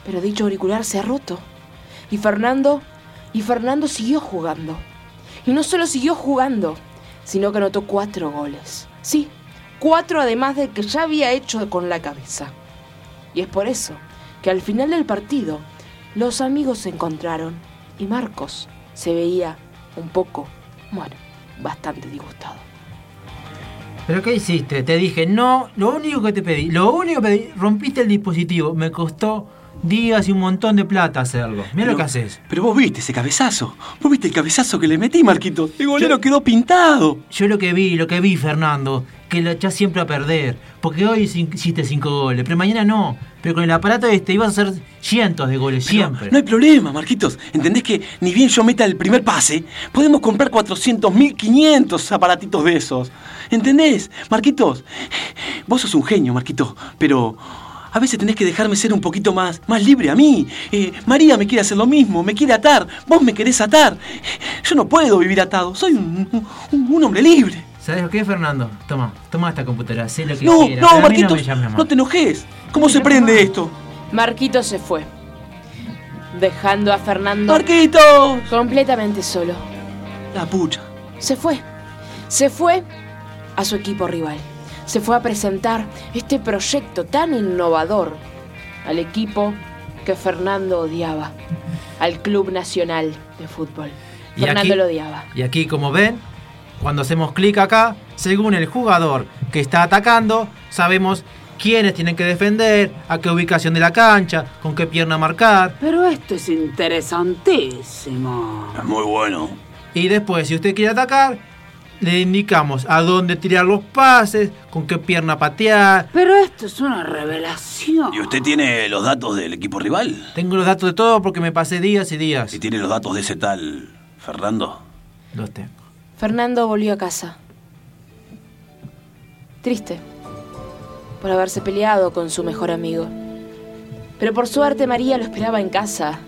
Speaker 1: pero dicho auricular se ha roto. Y Fernando, y Fernando siguió jugando. Y no solo siguió jugando, sino que anotó cuatro goles. Sí, cuatro además del que ya había hecho con la cabeza. Y es por eso que al final del partido, los amigos se encontraron y Marcos se veía un poco, bueno, bastante disgustado.
Speaker 2: ¿Pero qué hiciste? Te dije, no, lo único que te pedí, lo único que pedí, rompiste el dispositivo, me costó días y un montón de plata hacerlo. Mira lo
Speaker 7: Pero-
Speaker 2: que haces.
Speaker 7: Pero vos viste ese cabezazo. Vos viste el cabezazo que le metí, Marquitos. El golero quedó pintado.
Speaker 2: Yo lo que vi, lo que vi, Fernando, que la echás siempre a perder. Porque hoy cin- hiciste cinco goles, pero mañana no. Pero con el aparato este ibas a hacer cientos de goles, siempre.
Speaker 7: No hay problema, Marquitos. ¿Entendés que ni bien yo meta el primer pase, podemos comprar 400.000, 500 aparatitos de esos? ¿Entendés? Marquitos, vos sos un genio, Marquitos, pero a veces tenés que dejarme ser un poquito más, más libre a mí. Eh, María me quiere hacer lo mismo, me quiere atar, vos me querés atar. Yo no puedo vivir atado, soy un- un- un hombre libre.
Speaker 2: ¿Sabes lo que es, Fernando? Toma, toma esta computadora, sé lo que
Speaker 7: No,
Speaker 2: quieras. pero
Speaker 7: no,
Speaker 2: a mí
Speaker 7: Marquitos,
Speaker 2: me llames más.
Speaker 7: no te enojes. ¿Cómo se prende esto?
Speaker 1: Marquito se fue, dejando a Fernando completamente solo.
Speaker 7: La pucha.
Speaker 1: Se fue. Se fue a su equipo rival. Se fue a presentar este proyecto tan innovador al equipo que Fernando odiaba, al Club Nacional de Fútbol.
Speaker 2: Y
Speaker 1: Fernando
Speaker 2: aquí-
Speaker 1: lo odiaba.
Speaker 2: Y aquí, como ven, cuando hacemos clic acá, según el jugador que está atacando, sabemos quiénes tienen que defender, a qué ubicación de la cancha, con qué pierna marcar.
Speaker 3: Pero esto es interesantísimo.
Speaker 7: Es muy bueno.
Speaker 2: Y después, si usted quiere atacar, le indicamos a dónde tirar los pases, con qué pierna patear.
Speaker 3: Pero esto es una revelación.
Speaker 7: ¿Y usted tiene los datos del equipo rival?
Speaker 2: Tengo los datos de todo porque me pasé días y días.
Speaker 7: ¿Y tiene los datos de ese tal Fernando?
Speaker 2: Los tengo.
Speaker 1: Fernando volvió a casa. Triste por haberse peleado con su mejor amigo. Pero por suerte María lo esperaba en casa.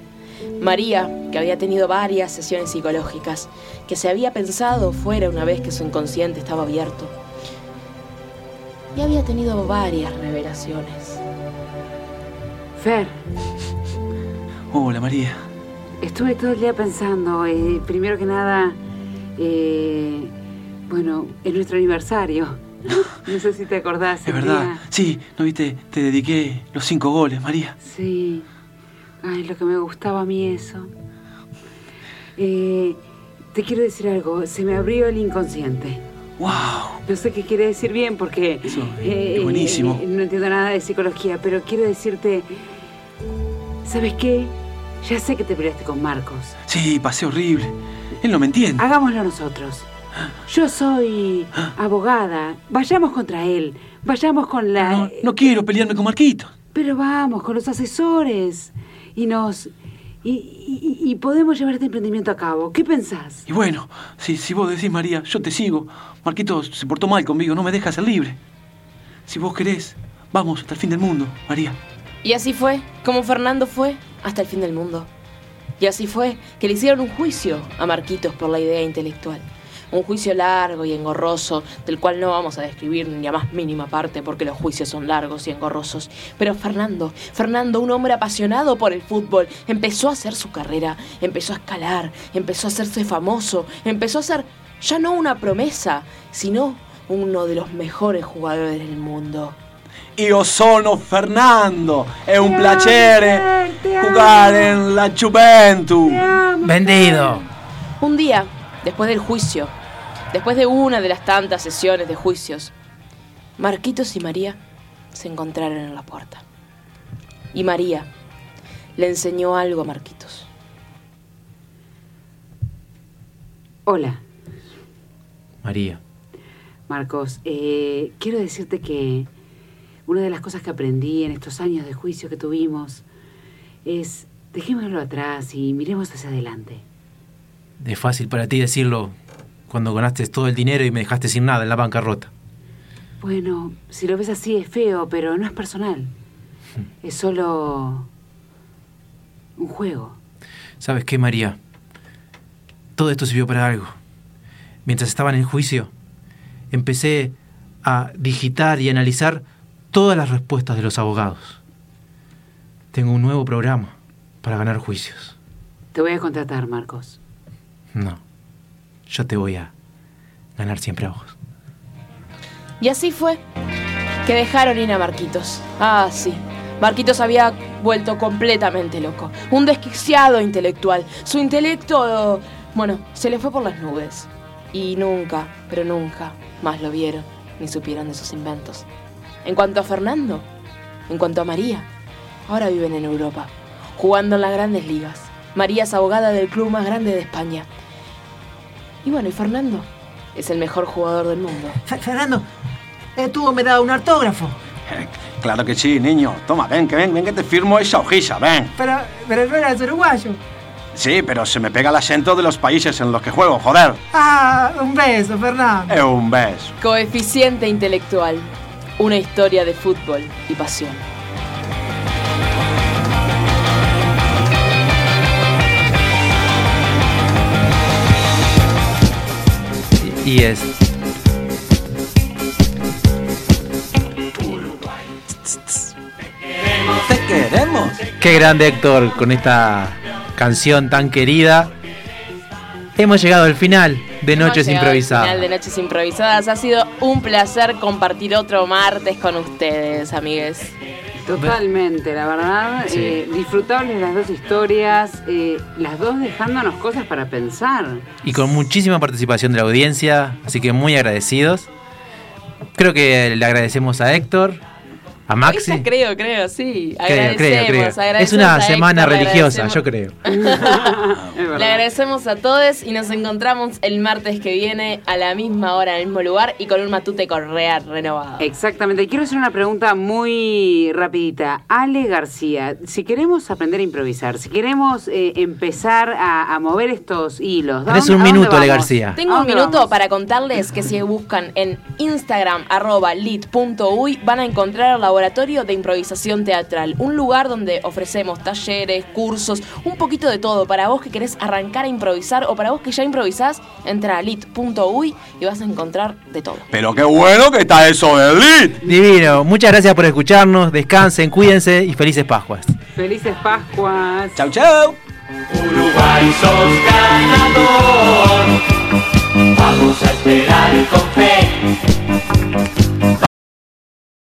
Speaker 1: María, que había tenido varias sesiones psicológicas, que se había pensado fuera una vez que su inconsciente estaba abierto. Y había tenido varias revelaciones.
Speaker 3: Fer,
Speaker 7: Hola, María.
Speaker 3: estuve todo el día pensando, eh, primero que nada, eh, bueno, es nuestro aniversario. No sé si te acordás.
Speaker 7: Es verdad. Sí, ¿no viste? Te dediqué los cinco goles, María.
Speaker 3: Sí. Ay, lo que me gustaba a mí eso. Eh, te quiero decir algo. Se me abrió el inconsciente.
Speaker 7: ¡Wow!
Speaker 3: No sé qué quiere decir bien porque... eh,
Speaker 7: buenísimo.
Speaker 3: eh, no entiendo nada de psicología, pero quiero decirte... ¿Sabes qué? Ya sé que te peleaste con Marcos.
Speaker 7: Sí, pasé horrible. Él no me entiende.
Speaker 3: Hagámoslo nosotros. Yo soy
Speaker 7: Ah.
Speaker 3: abogada. Vayamos contra él. Vayamos con la...
Speaker 7: No quiero pelearme con Marquito.
Speaker 3: Pero vamos, con los asesores. Y nos. Y, y- y podemos llevar este emprendimiento a cabo. ¿Qué pensás?
Speaker 7: Y bueno, si, si vos decís, María, yo te sigo. Marquito se portó mal conmigo, no me deja ser libre. Si vos querés, vamos hasta el fin del mundo, María.
Speaker 1: Y así fue como Fernando fue hasta el fin del mundo. Y así fue que le hicieron un juicio a Marquitos por la idea intelectual. un juicio largo y engorroso, del cual no vamos a describir ni la más mínima parte porque los juicios son largos y engorrosos. Pero Fernando, Fernando, un hombre apasionado por el fútbol, empezó a hacer su carrera, empezó a escalar, empezó a hacerse famoso, empezó a ser ya no una promesa, sino uno de los mejores jugadores del mundo.
Speaker 4: Io sono Fernando, è un
Speaker 7: eh,
Speaker 4: eh, piacere giocare nella Juventus.
Speaker 2: Vendido.
Speaker 1: Un día, después del juicio, después de una de las tantas sesiones de juicios, Marquitos y María se encontraron en la puerta. Y María le enseñó algo a Marquitos.
Speaker 3: Hola,
Speaker 2: María.
Speaker 3: Marcos. Eh, quiero decirte que una de las cosas que aprendí en estos años de juicio que tuvimos es dejémoslo atrás y miremos hacia adelante.
Speaker 2: Es fácil para ti decirlo cuando ganaste todo el dinero y me dejaste sin nada en la bancarrota.
Speaker 3: Bueno, si lo ves así es feo, pero no es personal. Es solo un juego.
Speaker 2: ¿Sabes qué, María? Todo esto sirvió para algo. Mientras estaba en el juicio, empecé a digitar y analizar todas las respuestas de los abogados. Tengo un nuevo programa para ganar juicios.
Speaker 3: Te voy a contratar, Marcos.
Speaker 2: No, yo te voy a ganar siempre a vos.
Speaker 1: Y así fue que dejaron ir a Marquitos. Ah, sí. Marquitos había vuelto completamente loco. Un desquiciado intelectual. Su intelecto, bueno, se le fue por las nubes. Y nunca, pero nunca, más lo vieron ni supieron de sus inventos. En cuanto a Fernando, en cuanto a María, ahora viven en Europa, jugando en las grandes ligas. María es abogada del club más grande de España. Y bueno, y Fernando es el mejor jugador del mundo.
Speaker 8: Fernando, eh, tú me da un autógrafo.
Speaker 4: Claro que sí, niño. Toma, ven, que ven, ven que te firmo esa hojilla, ven.
Speaker 8: Pero, pero no eras uruguayo.
Speaker 4: Sí, pero se me pega el acento de los países en los que juego, joder.
Speaker 8: Ah, un beso, Fernando.
Speaker 4: Es un beso.
Speaker 1: Coeficiente intelectual. Una historia de fútbol y pasión.
Speaker 2: Y es.
Speaker 4: Te queremos.
Speaker 2: Qué grande Héctor con esta canción tan querida. Hemos llegado al final de Noches
Speaker 1: Hemos llegado al
Speaker 2: Improvisadas.
Speaker 1: Final de Noches Improvisadas. Ha sido un placer compartir otro martes con ustedes, amigues.
Speaker 3: Totalmente, la verdad.
Speaker 1: Sí.
Speaker 3: eh, disfrutables las dos historias, eh, las dos dejándonos cosas para pensar.
Speaker 2: y con muchísima participación de la audiencia, así que muy agradecidos. Creo que le agradecemos a Héctor, a Maxi.
Speaker 1: Esta creo, creo, sí.
Speaker 2: Creo, creo, creo.
Speaker 1: Agradecemos, agradecemos
Speaker 2: Es una
Speaker 1: a
Speaker 2: semana
Speaker 1: Héctor,
Speaker 2: religiosa,
Speaker 1: agradecemos-
Speaker 2: yo creo.
Speaker 1: Le agradecemos a todos y nos encontramos el martes que viene a la misma hora, en el mismo lugar y con un matute correa renovado.
Speaker 3: Exactamente. Quiero hacer una pregunta muy rapidita. Ale García, si queremos aprender a improvisar, si queremos eh, empezar a, a mover estos hilos. ¿a
Speaker 2: Tenés
Speaker 3: dónde-
Speaker 2: un
Speaker 3: a dónde
Speaker 2: minuto, Ale
Speaker 3: vamos?
Speaker 2: García.
Speaker 1: Tengo
Speaker 3: ¿A
Speaker 1: un
Speaker 3: dónde
Speaker 1: minuto para contarles que si buscan en Instagram arroba lit.uy van a encontrar el laboratorio de improvisación teatral, un lugar donde ofrecemos talleres, cursos, un poquito de todo. Para vos que querés arrancar a improvisar o para vos que ya improvisás, entra a lit.uy y vas a encontrar de todo.
Speaker 4: Pero qué bueno que está eso de Lit.
Speaker 2: Divino, muchas gracias por escucharnos, descansen, cuídense y felices Pascuas.
Speaker 3: Felices Pascuas.
Speaker 4: Chau, chau.
Speaker 12: Uruguay sos ganador. Vamos a esperar con fe.